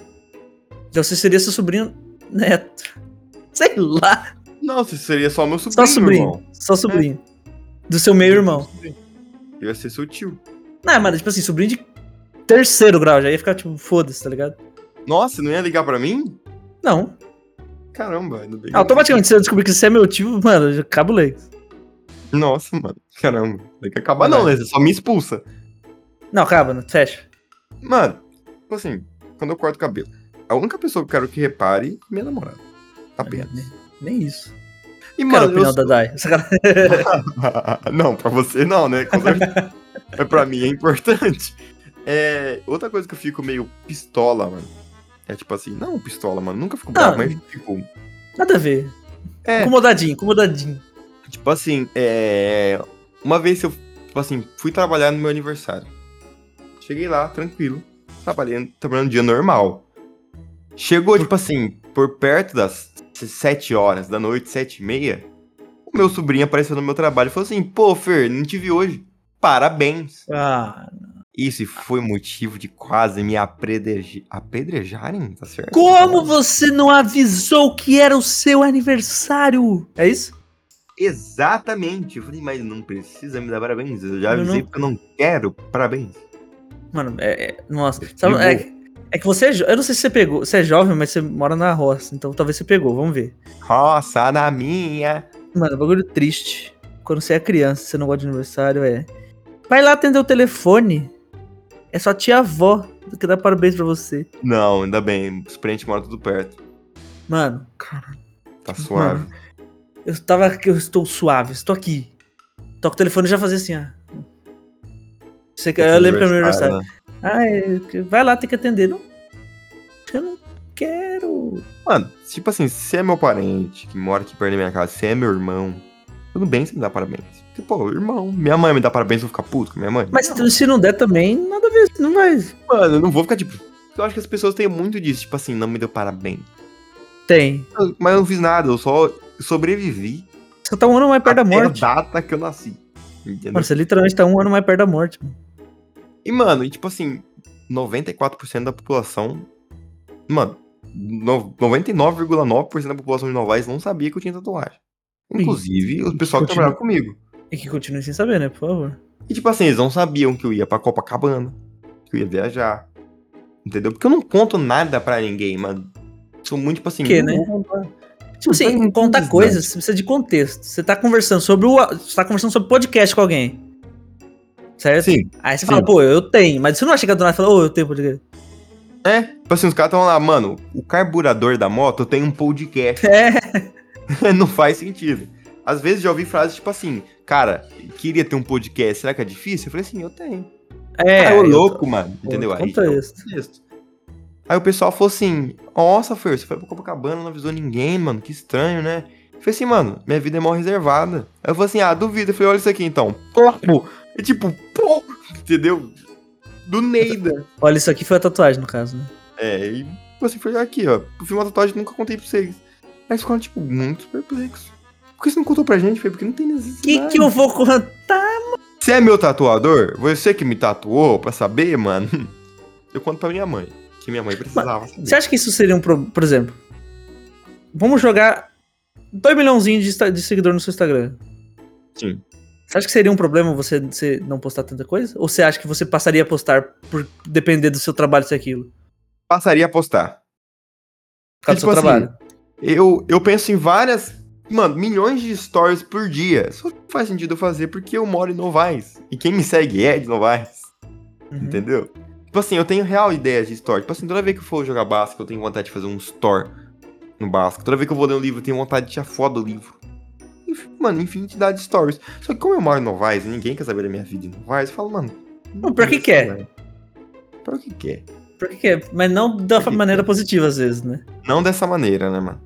Speaker 2: Então você seria seu sobrinho neto. Sei lá.
Speaker 1: Não, você seria só meu sobrinho.
Speaker 2: Só sobrinho.
Speaker 1: irmão.
Speaker 2: Só sobrinho. Do seu meio irmão.
Speaker 1: Eu ia ser seu tio.
Speaker 2: Não, mano, tipo assim, sobrinho de terceiro grau. Já ia ficar tipo, foda-se, tá ligado?
Speaker 1: Nossa, não ia ligar pra mim?
Speaker 2: Não.
Speaker 1: Caramba, ainda bem. que-
Speaker 2: Automaticamente, se eu descobrir que você é meu tio, mano, eu já acabo o leite.
Speaker 1: Nossa, mano. Caramba. Tem que acabar, não, né? Você só me expulsa.
Speaker 2: Não, acaba, não, fecha.
Speaker 1: Mano, tipo assim, quando eu corto o cabelo, a única pessoa que eu quero que repare é minha namorada. Apenas.
Speaker 2: Nem, nem isso.
Speaker 1: E,
Speaker 2: Cara, a
Speaker 1: mano, eu
Speaker 2: opinião da Dai. Sacanagem.
Speaker 1: não, pra você não, né? Com certeza. Mas pra mim é importante. É, outra coisa que eu fico meio pistola, mano. É tipo assim, não pistola, mano. Nunca fico bravo,
Speaker 2: Ah.
Speaker 1: mas tipo.
Speaker 2: Nada a ver.
Speaker 1: É.
Speaker 2: Incomodadinho, incomodadinho.
Speaker 1: Tipo assim, é. Uma vez eu, tipo assim, fui trabalhar no meu aniversário. Cheguei lá, tranquilo. Trabalhando, trabalhando um dia normal. Chegou, tipo assim, por perto das 7 horas da noite, 7 e meia, o meu sobrinho apareceu no meu trabalho e falou assim, pô, Fer, não te vi hoje. Parabéns.
Speaker 2: Ah,
Speaker 1: Isso foi motivo de quase me apredreje- apedrejarem, tá certo?
Speaker 2: como você não avisou que era o seu aniversário? É isso?
Speaker 1: Exatamente. Eu falei, mas não precisa me dar parabéns. Eu já
Speaker 2: Eu
Speaker 1: avisei
Speaker 2: não-
Speaker 1: porque eu não quero parabéns.
Speaker 2: Mano, é. é- nossa. Sabe, é, é que você é. jo- Eu não sei se você pegou. Você é jovem, mas você mora na roça. Então talvez você pegou, vamos ver.
Speaker 1: Roça na minha.
Speaker 2: Mano, é um bagulho triste. Quando você é criança, você não gosta de aniversário, é. Vai lá atender o telefone. É só tia avó que dá parabéns pra você.
Speaker 1: Não, ainda bem. Os parentes moram tudo perto.
Speaker 2: Mano,
Speaker 1: Tá suave.
Speaker 2: Mano. eu tava aqui, eu estou suave, estou aqui. Toca o telefone e já fazia assim, ah. Você, eu lembro que é meu aniversário.
Speaker 1: né?
Speaker 2: Ah, é, que- vai lá, tem que atender. Não, eu não quero.
Speaker 1: Mano, tipo assim, se é meu parente que mora aqui perto da minha casa, se é meu irmão, tudo bem se me dá parabéns. Porque, pô, irmão, minha mãe me dá parabéns, eu vou ficar puto com minha mãe.
Speaker 2: Mas se não der também, nada a ver, não vai.
Speaker 1: Mano, eu não vou ficar tipo. Eu acho que as pessoas têm muito disso, tipo assim, não me deu parabéns.
Speaker 2: Tem.
Speaker 1: Eu- Mas eu não fiz nada, eu só sobrevivi
Speaker 2: Você tá um ano mais perto da
Speaker 1: até a
Speaker 2: morte.
Speaker 1: data que eu nasci. Entendeu?
Speaker 2: Mano, você literalmente tá um ano mais perto da morte. mano.
Speaker 1: E, mano, e tipo assim, 94% da população. Mano, no- 99,9% da população de Novaes não sabia que eu tinha tatuagem. Inclusive, o pessoal que
Speaker 2: continua.
Speaker 1: trabalhava comigo.
Speaker 2: E que continue sem saber, né, por favor.
Speaker 1: E tipo assim, eles não sabiam que eu ia pra Copacabana, que eu ia viajar. Entendeu? Porque eu não conto nada pra ninguém, mano. Sou muito tipo assim.
Speaker 2: Que,
Speaker 1: não
Speaker 2: né?
Speaker 1: vou contar.
Speaker 2: Tipo assim,
Speaker 1: Não tem
Speaker 2: contar
Speaker 1: nada.
Speaker 2: coisas, você precisa de contexto. Você tá conversando sobre o. Você tá conversando sobre podcast com alguém. Certo?
Speaker 1: Sim.
Speaker 2: Aí você
Speaker 1: sim.
Speaker 2: fala, pô, eu tenho. Mas você não vai chegar do nada e falar, ô, eu tenho podcast.
Speaker 1: É, tipo assim, os caras tão lá, mano, o carburador da moto tem um podcast.
Speaker 2: É,
Speaker 1: não faz sentido. Às vezes já ouvi frases tipo assim, cara, queria ter um podcast, será que é difícil? Eu falei assim, eu tenho.
Speaker 2: é.
Speaker 1: É, ah, ô
Speaker 2: eu-
Speaker 1: louco, mano.
Speaker 2: eu-
Speaker 1: Entendeu? Aí, um
Speaker 2: contexto.
Speaker 1: contexto. Aí o pessoal falou assim, nossa, Fer, você foi pra Copacabana, não avisou ninguém, mano, que estranho, né? Eu falei assim, mano, minha vida é mó reservada. Aí eu falei assim, ah, duvido. Eu falei, olha isso aqui então. Pô, é tipo, pô, entendeu? Do Neida.
Speaker 2: Olha, isso aqui foi a tatuagem, no caso, né?
Speaker 1: É, e tipo assim, foi aqui, ó. Eu fiz uma tatuagem que nunca contei pra vocês. Aí Aí ficou, tipo, muito perplexo. Por que você não contou pra gente, Fê? Porque não tem necessidade.
Speaker 2: Que que eu vou contar?
Speaker 1: Você é meu tatuador? Você que me tatuou pra saber, mano? Eu conto pra minha mãe. Que minha mãe precisava saber.
Speaker 2: Você acha que isso seria um problema? Por exemplo, vamos jogar 2 milhãozinhos de, insta- de seguidor no seu Instagram.
Speaker 1: Sim.
Speaker 2: Você acha que seria um problema você, você não postar tanta coisa? Ou você acha que você passaria a postar por depender do seu trabalho se aquilo?
Speaker 1: Passaria a postar.
Speaker 2: Por
Speaker 1: Tipo
Speaker 2: causa do seu
Speaker 1: assim,
Speaker 2: trabalho?
Speaker 1: Eu, eu penso em várias. Mano, milhões de stories por dia. Só que não faz sentido eu fazer porque eu moro em Novaes. E quem me segue é de Novaes.
Speaker 2: Uhum.
Speaker 1: Entendeu? Tipo assim, eu tenho real ideias de story. Tipo assim, toda vez que eu for jogar Basque, eu tenho vontade de fazer um store no Basque. Toda vez que eu vou ler um livro, eu tenho vontade de tirar foto do livro. Enfim, mano, infinidade de stories. Só que como eu moro em Novaes, ninguém quer saber da minha vida em Novaes, eu falo, mano.
Speaker 2: Não, pra que
Speaker 1: isso,
Speaker 2: quer?
Speaker 1: velho. Pra que quer?
Speaker 2: Por que que é? Mas não da
Speaker 1: Por que é?
Speaker 2: maneira positiva, às vezes, né?
Speaker 1: Não dessa maneira, né, mano?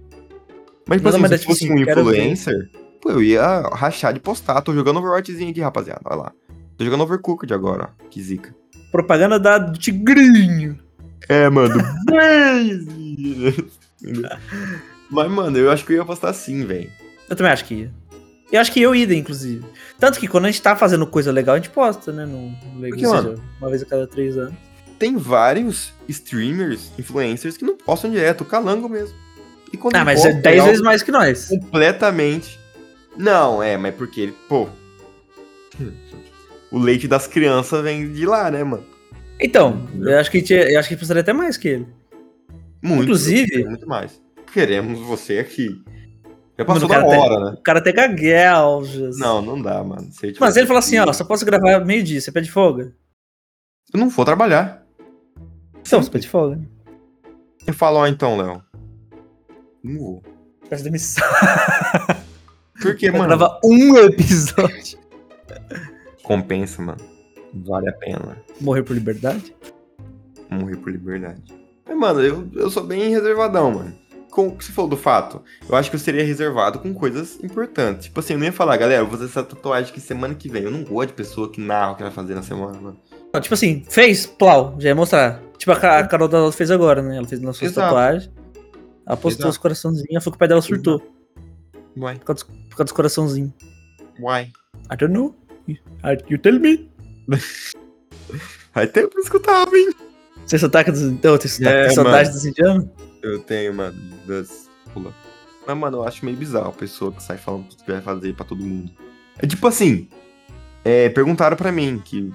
Speaker 1: Mas, tipo
Speaker 2: Não,
Speaker 1: assim,
Speaker 2: mas é
Speaker 1: se
Speaker 2: tipo
Speaker 1: fosse
Speaker 2: assim,
Speaker 1: um
Speaker 2: quero ver.
Speaker 1: influencer, pô, eu ia rachar de postar. Tô jogando Overwatchzinho aqui, rapaziada. Olha lá. Tô jogando Overcooked agora, ó. Que zica.
Speaker 2: Propaganda da do Tigrinho.
Speaker 1: É, mano. É. Blaze! Entendeu? Mas, mano, eu acho que eu ia postar sim, velho.
Speaker 2: Eu também acho que ia. Eu acho que eu ia, inclusive. Tanto que quando a gente tá fazendo coisa legal, a gente posta, né? No no Lego,
Speaker 1: Porque,
Speaker 2: ou
Speaker 1: mano,
Speaker 2: seja, uma vez a cada três anos.
Speaker 1: Tem vários streamers, influencers que não postam direto, o calango mesmo. E quando
Speaker 2: Ah,
Speaker 1: ele
Speaker 2: mas é
Speaker 1: posta,
Speaker 2: 10
Speaker 1: algo
Speaker 2: vezes mais que nós.
Speaker 1: Completamente. Não, é, mas porque ele, pô. O leite das crianças vem de lá, né, mano?
Speaker 2: Então, eu acho que, tinha- eu acho que precisaria até mais que ele.
Speaker 1: Muito. é
Speaker 2: Inclusive-
Speaker 1: Muito mais. Queremos você aqui. Já passou
Speaker 2: Mano, o
Speaker 1: da
Speaker 2: cara tá-
Speaker 1: hora, né?
Speaker 2: O cara até gaguejas.
Speaker 1: Não, não dá, mano. Se
Speaker 2: Mas
Speaker 1: tivesse
Speaker 2: ele fala assim, ó,
Speaker 1: aqui,
Speaker 2: só posso gravar meio-dia, você pede folga?
Speaker 1: Eu não vou trabalhar.
Speaker 2: Então, você pede folga.
Speaker 1: Eu falo, ó, então, Léo. Não vou.
Speaker 2: Peço demissão.
Speaker 1: Porque,
Speaker 2: Pra
Speaker 1: mano,
Speaker 2: gravar um episódio.
Speaker 1: compensa, mano. Vale a pena
Speaker 2: Morrer por liberdade?
Speaker 1: morrer por liberdade. Mas, mano, eu, eu sou bem reservadão, mano. Com o que você falou do fato, eu acho que eu seria reservado com coisas importantes. Tipo assim, eu não ia falar, galera, eu vou fazer essa tatuagem que semana que vem. Eu não gosto de pessoa que narra o que vai fazer na semana, mano.
Speaker 2: Não, tipo assim, fez, plau, já ia mostrar. Tipo a, Ca- a Carol Dallas fez agora, né? Ela fez nossa
Speaker 1: Exato.
Speaker 2: tatuagem. Ela postou
Speaker 1: Exato.
Speaker 2: os coraçãozinhos, foi que o pai dela surtou.
Speaker 1: Uai,
Speaker 2: Por causa, dos, por causa dos coraçãozinhos.
Speaker 1: uai.
Speaker 2: I don't know. I- You tell me.
Speaker 1: Aí tem pra escutar, hein?
Speaker 2: Você sotaque dos. Então, tem sotaque,
Speaker 1: É,
Speaker 2: tem saudade
Speaker 1: mano.
Speaker 2: dos indianos?
Speaker 1: Eu tenho, mano, das. Pula. Mas, mano, eu acho meio bizarro a pessoa que sai falando tudo que vai fazer pra todo mundo. É tipo assim. é, perguntaram pra mim que.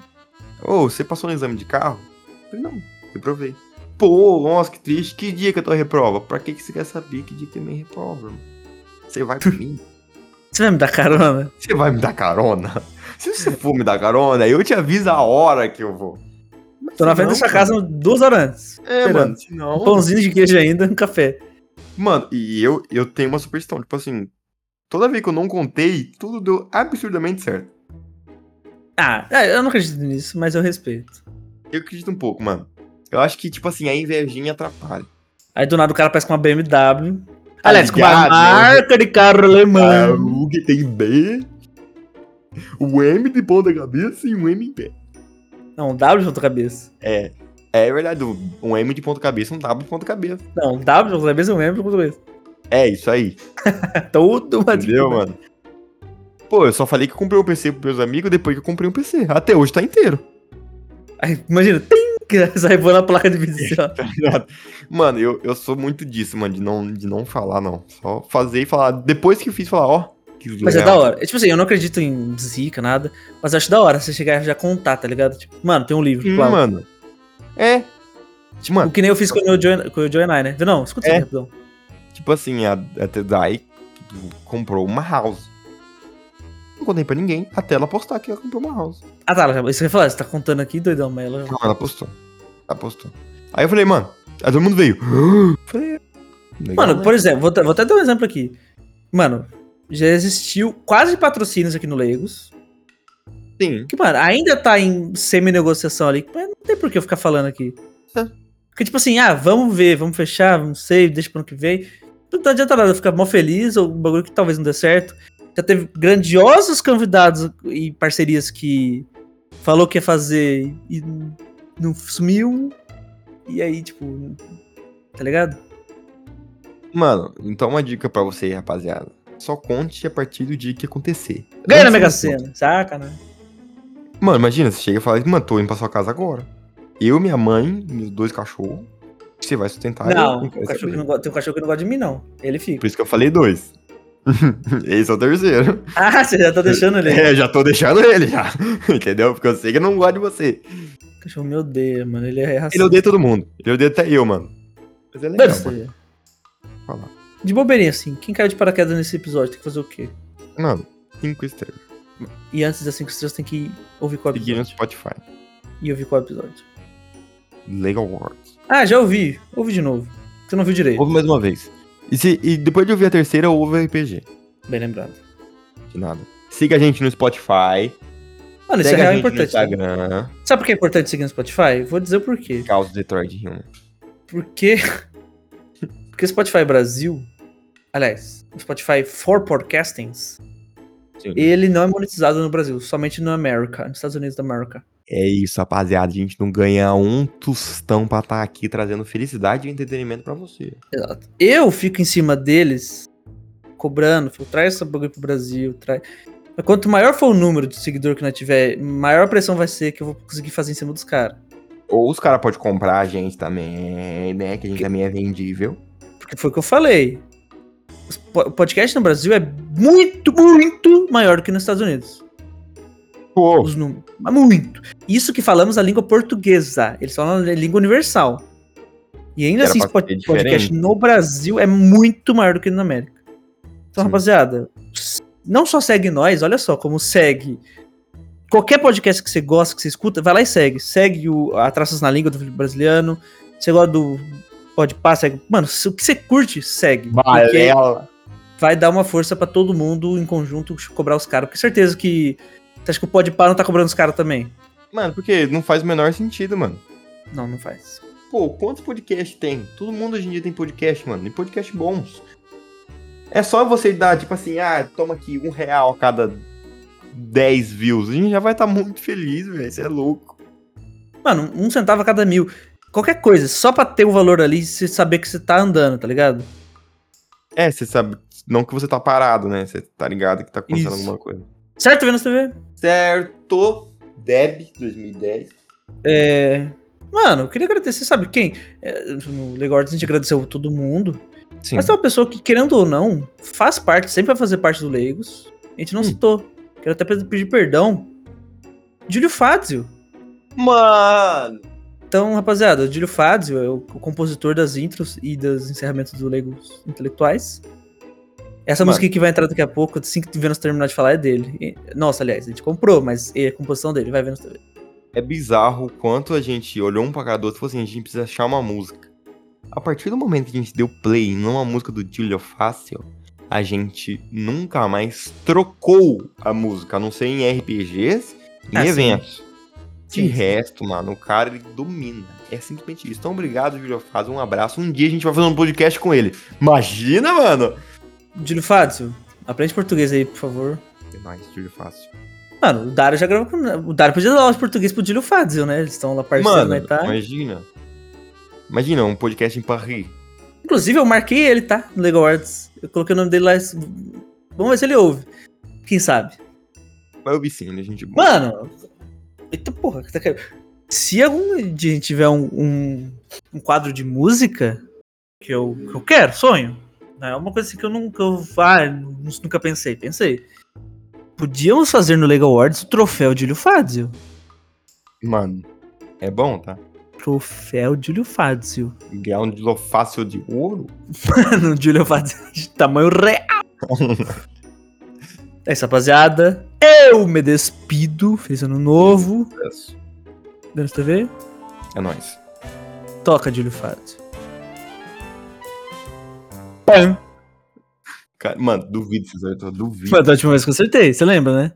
Speaker 1: Ô, você passou no exame de carro? Eu falei, não, reprovei. Pô, nossa, que triste. Que dia que eu tô reprova? Pra que, que você quer saber que dia que eu me reprova, mano? Você vai comigo?
Speaker 2: Você vai me dar carona?
Speaker 1: Você vai me dar carona? Se você for me dar carona, eu te aviso a hora que eu vou. Mas
Speaker 2: Tô na
Speaker 1: se
Speaker 2: frente
Speaker 1: não,
Speaker 2: da sua
Speaker 1: mano-
Speaker 2: casa duas horas antes.
Speaker 1: É, mano, se não.
Speaker 2: Um pãozinho de queijo ainda, um café.
Speaker 1: Mano, e eu, eu tenho uma superstição. Tipo assim, toda vez que eu não contei, tudo deu absurdamente certo.
Speaker 2: Ah, é, eu não acredito nisso, mas eu respeito.
Speaker 1: Eu acredito um pouco, mano. Eu acho que, tipo assim, a invejinha atrapalha.
Speaker 2: Aí do nada o cara parece com uma BMW. Aliás, com uma
Speaker 1: ligado, né?
Speaker 2: marca de carro
Speaker 1: Ah,
Speaker 2: alemão.
Speaker 1: o que tem B, o M de ponta cabeça e um M em pé.
Speaker 2: Não, um W junto com a cabeça.
Speaker 1: É, é verdade. Um M de ponta cabeça, um W de ponta cabeça.
Speaker 2: Não, um W junto com a cabeça, um M junto com a cabeça.
Speaker 1: É isso aí,
Speaker 2: Tudo uma
Speaker 1: entendeu, mano? Pô, eu só falei que eu comprei um PC pros meus amigos depois que eu comprei um PC. Até hoje tá inteiro.
Speaker 2: Aí, imagina, tem sai voando a placa de vídeo.
Speaker 1: Mano, eu, eu sou muito disso, mano, de não, de não falar, não. Só fazer e falar. Depois que eu fiz, falar, ó. que
Speaker 2: Mas é
Speaker 1: legal.
Speaker 2: da hora. É, tipo assim, eu não acredito em zica, nada. Mas eu acho da hora você chegar e já contar, tá ligado? Tipo, mano, tem um livro.
Speaker 1: Sim,
Speaker 2: plau.
Speaker 1: Hum, mano. É. Tipo, mano,
Speaker 2: O que nem eu fiz com o Joe- com o Joe Nye, né? Não, escuta isso
Speaker 1: É.
Speaker 2: aí, rapidão.
Speaker 1: tipo assim, a, a Tedai comprou uma house. Não contei pra ninguém até ela postar que ela comprou uma house.
Speaker 2: Ah, tá, ela já- isso que eu ia falar, você tá contando aqui, doidão, mas ela já...
Speaker 1: Não, ela postou. Ela postou. Aí eu falei, mano. Aí todo mundo veio. falei, é. legal,
Speaker 2: Mano,
Speaker 1: né?
Speaker 2: por exemplo, vou, até- vou até dar um exemplo aqui. Mano, já existiu quase patrocínios aqui no Legos.
Speaker 1: Sim.
Speaker 2: Que, mano, ainda tá em semi-negociação ali, mas não tem por que eu ficar falando aqui.
Speaker 1: É.
Speaker 2: Porque, tipo assim, ah, vamos ver, vamos fechar, não sei, deixa pro ano que vem. Não adianta nada eu ficar mó feliz, ou um bagulho que talvez não dê certo. Já teve grandiosos convidados e parcerias que falou que ia fazer e não sumiu. E aí, tipo, tá ligado?
Speaker 1: Mano, então uma dica pra você aí, rapaziada. Só conte a partir do dia que acontecer.
Speaker 2: Ganha na
Speaker 1: Antes
Speaker 2: Mega
Speaker 1: não conta.
Speaker 2: Sena, saca, né?
Speaker 1: Mano, imagina, você chega e fala, mano, tô indo pra sua casa agora. Eu, minha mãe, meus dois cachorros. Você vai sustentar eu
Speaker 2: não,
Speaker 1: com
Speaker 2: tem um,
Speaker 1: essa
Speaker 2: cachorro que
Speaker 1: coisa.
Speaker 2: não gosta, tem um cachorro que não gosta de mim, não. Ele fica.
Speaker 1: Por isso que eu falei dois. Esse é o terceiro.
Speaker 2: Ah, você já tá deixando ele.
Speaker 1: É, já tô deixando ele já. Entendeu? Porque eu sei que ele não gosta de você.
Speaker 2: O cachorro me odeia, mano. Ele é
Speaker 1: Ele
Speaker 2: racista.
Speaker 1: odeia todo mundo. Ele odeia até eu, mano. Mas é legal,
Speaker 2: Deve
Speaker 1: mano.
Speaker 2: ser.
Speaker 1: Fala.
Speaker 2: De bobeirinha, assim. Quem caiu de paraquedas nesse episódio tem que fazer o quê?
Speaker 1: Mano, cinco estrelas.
Speaker 2: E antes das 5 estrelas tem que ouvir qual
Speaker 1: Seguir né? no
Speaker 2: episódio.
Speaker 1: Spotify.
Speaker 2: E ouvir qual episódio.
Speaker 1: Legal Words.
Speaker 2: Ah, já ouvi. Ouve de novo. Você não viu direito.
Speaker 1: Ouve mais uma vez. E, se- e depois de ouvir a terceira, ouve RPG.
Speaker 2: Bem lembrado.
Speaker 1: De nada. Siga a gente no Spotify.
Speaker 2: Mano, isso é
Speaker 1: segue
Speaker 2: real
Speaker 1: a gente no
Speaker 2: importante. né?
Speaker 1: Instagram.
Speaker 2: Sabe por que é importante seguir no Spotify? Vou dizer o porquê.
Speaker 1: Caos Detroit Human.
Speaker 2: Porque. Porque Spotify Brasil. Aliás, o Spotify for Podcastings.
Speaker 1: Sim.
Speaker 2: Ele não é monetizado no Brasil, somente na América, nos Estados Unidos da América.
Speaker 1: É isso, rapaziada. A gente não ganha um tostão pra estar aqui trazendo felicidade e entretenimento pra você.
Speaker 2: Exato. Eu fico em cima deles, cobrando, falo, traz essa bagulho pro Brasil, traz. Mas Quanto maior for o número de seguidor que nós tiver, maior a pressão vai ser que eu vou conseguir fazer em cima dos caras.
Speaker 1: Ou os caras podem comprar a gente também, né? Que a gente também é vendível.
Speaker 2: Porque foi o que eu falei. Os po- O podcast no Brasil é muito, muito maior do que nos Estados Unidos.
Speaker 1: Pô,
Speaker 2: os números. Mas muito. Isso que falamos a língua portuguesa. Eles falam a língua universal. E ainda
Speaker 1: Era
Speaker 2: assim,
Speaker 1: pra
Speaker 2: esse pod-
Speaker 1: ser
Speaker 2: podcast
Speaker 1: diferente.
Speaker 2: no Brasil é muito maior do que na América.
Speaker 1: Sim.
Speaker 2: Então, rapaziada, s- não só segue nós, olha só como segue. Qualquer podcast que você gosta, que você escuta, vai lá e segue. Segue o a Traças na Língua do Felipe Brasiliano. Você gosta do Pode Pá, segue. Mano, se- o que você curte, segue. Porque-
Speaker 1: balela.
Speaker 2: vai dar uma força pra todo mundo em conjunto cobrar os caras. Porque certeza que. Você acha que o Podpah não tá cobrando os caras também?
Speaker 1: Mano, porque não faz o menor sentido, mano.
Speaker 2: Não, não faz.
Speaker 1: Pô, quantos podcasts tem? Todo mundo hoje em dia tem podcast, mano. E podcast bons. É só você dar, tipo assim, ah, toma aqui um real a cada 10 views. A gente já vai estar muito feliz, velho. Você é louco.
Speaker 2: Mano, um centavo a cada mil. Qualquer coisa, só pra ter o valor ali e você saber que você tá andando, tá ligado?
Speaker 1: É, você sabe. Não que você tá parado, né? Você tá ligado que tá acontecendo
Speaker 2: Isso.
Speaker 1: alguma coisa.
Speaker 2: Certo, Vênus TV?
Speaker 1: Certo. Deb 2010.
Speaker 2: É. Mano, eu queria agradecer, sabe quem? É, no Legords a gente agradeceu todo mundo.
Speaker 1: Sim.
Speaker 2: Mas tem uma pessoa que, querendo ou não, faz parte, sempre vai fazer parte do Leigos. A gente não
Speaker 1: Hum.
Speaker 2: citou. Quero até pe- pedir perdão. Júlio Fazio.
Speaker 1: Mano!
Speaker 2: Então, rapaziada, o Dílio Fazio é o, o compositor das intros e dos encerramentos do Legos Intelectuais. Essa
Speaker 1: Mano.
Speaker 2: música que vai entrar daqui a pouco, assim que Vênus terminar de falar, é dele. E- nossa, aliás, a gente comprou, mas é a composição dele, vai Vênus TV.
Speaker 1: É bizarro o quanto a gente olhou um pra cada outro e falou assim: a gente precisa achar uma música. A partir do momento que a gente deu play numa música do Julio Fácil, a gente nunca mais trocou a música, a não ser em RPGs e
Speaker 2: Ah,
Speaker 1: em
Speaker 2: sim.
Speaker 1: eventos. De
Speaker 2: Sim, sim.
Speaker 1: resto, mano, o cara ele domina. É simplesmente isso. Então, obrigado, Julio Fácil. Um abraço. Um dia a gente vai fazer um podcast com ele. Imagina, mano!
Speaker 2: Dílio Fazio, aprende português aí, por favor.
Speaker 1: É nóis, Julio Fácil.
Speaker 2: Mano, o Dario já gravou com. O Dario podia dar aula de português pro Dílio Fazio, né? Eles estão lá tá. parceiro
Speaker 1: Mano,
Speaker 2: na Itália.
Speaker 1: imagina. Imagina um podcast em Paris.
Speaker 2: Inclusive, eu marquei ele, tá? No Lego Arts. Eu coloquei o nome dele lá. esse- Vamos ver se ele ouve. Quem sabe?
Speaker 1: Mas eu vi sim, né, gente? boa.
Speaker 2: Mano, eita porra, tá caindo. se algum dia a gente tiver um, um, um quadro de música que eu, que eu quero, sonho, não é uma coisa assim que eu nunca eu, ah, nu- nunca pensei, pensei. Podíamos fazer no Legal Awards o troféu Dílio Fazio.
Speaker 1: Mano, é bom, tá?
Speaker 2: Troféu Dílio Fazio.
Speaker 1: Ganhar um dilofácil de ouro?
Speaker 2: Mano, o Dílio Fazio de tamanho real. É isso, rapaziada. Eu me despido. Feliz ano novo. Dando TV.
Speaker 1: É nóis.
Speaker 2: Toca Dílio Fazio. Pam.
Speaker 1: Cara, mano, duvido, César, eu duvido.
Speaker 2: Foi da última vez que eu acertei, você lembra, né?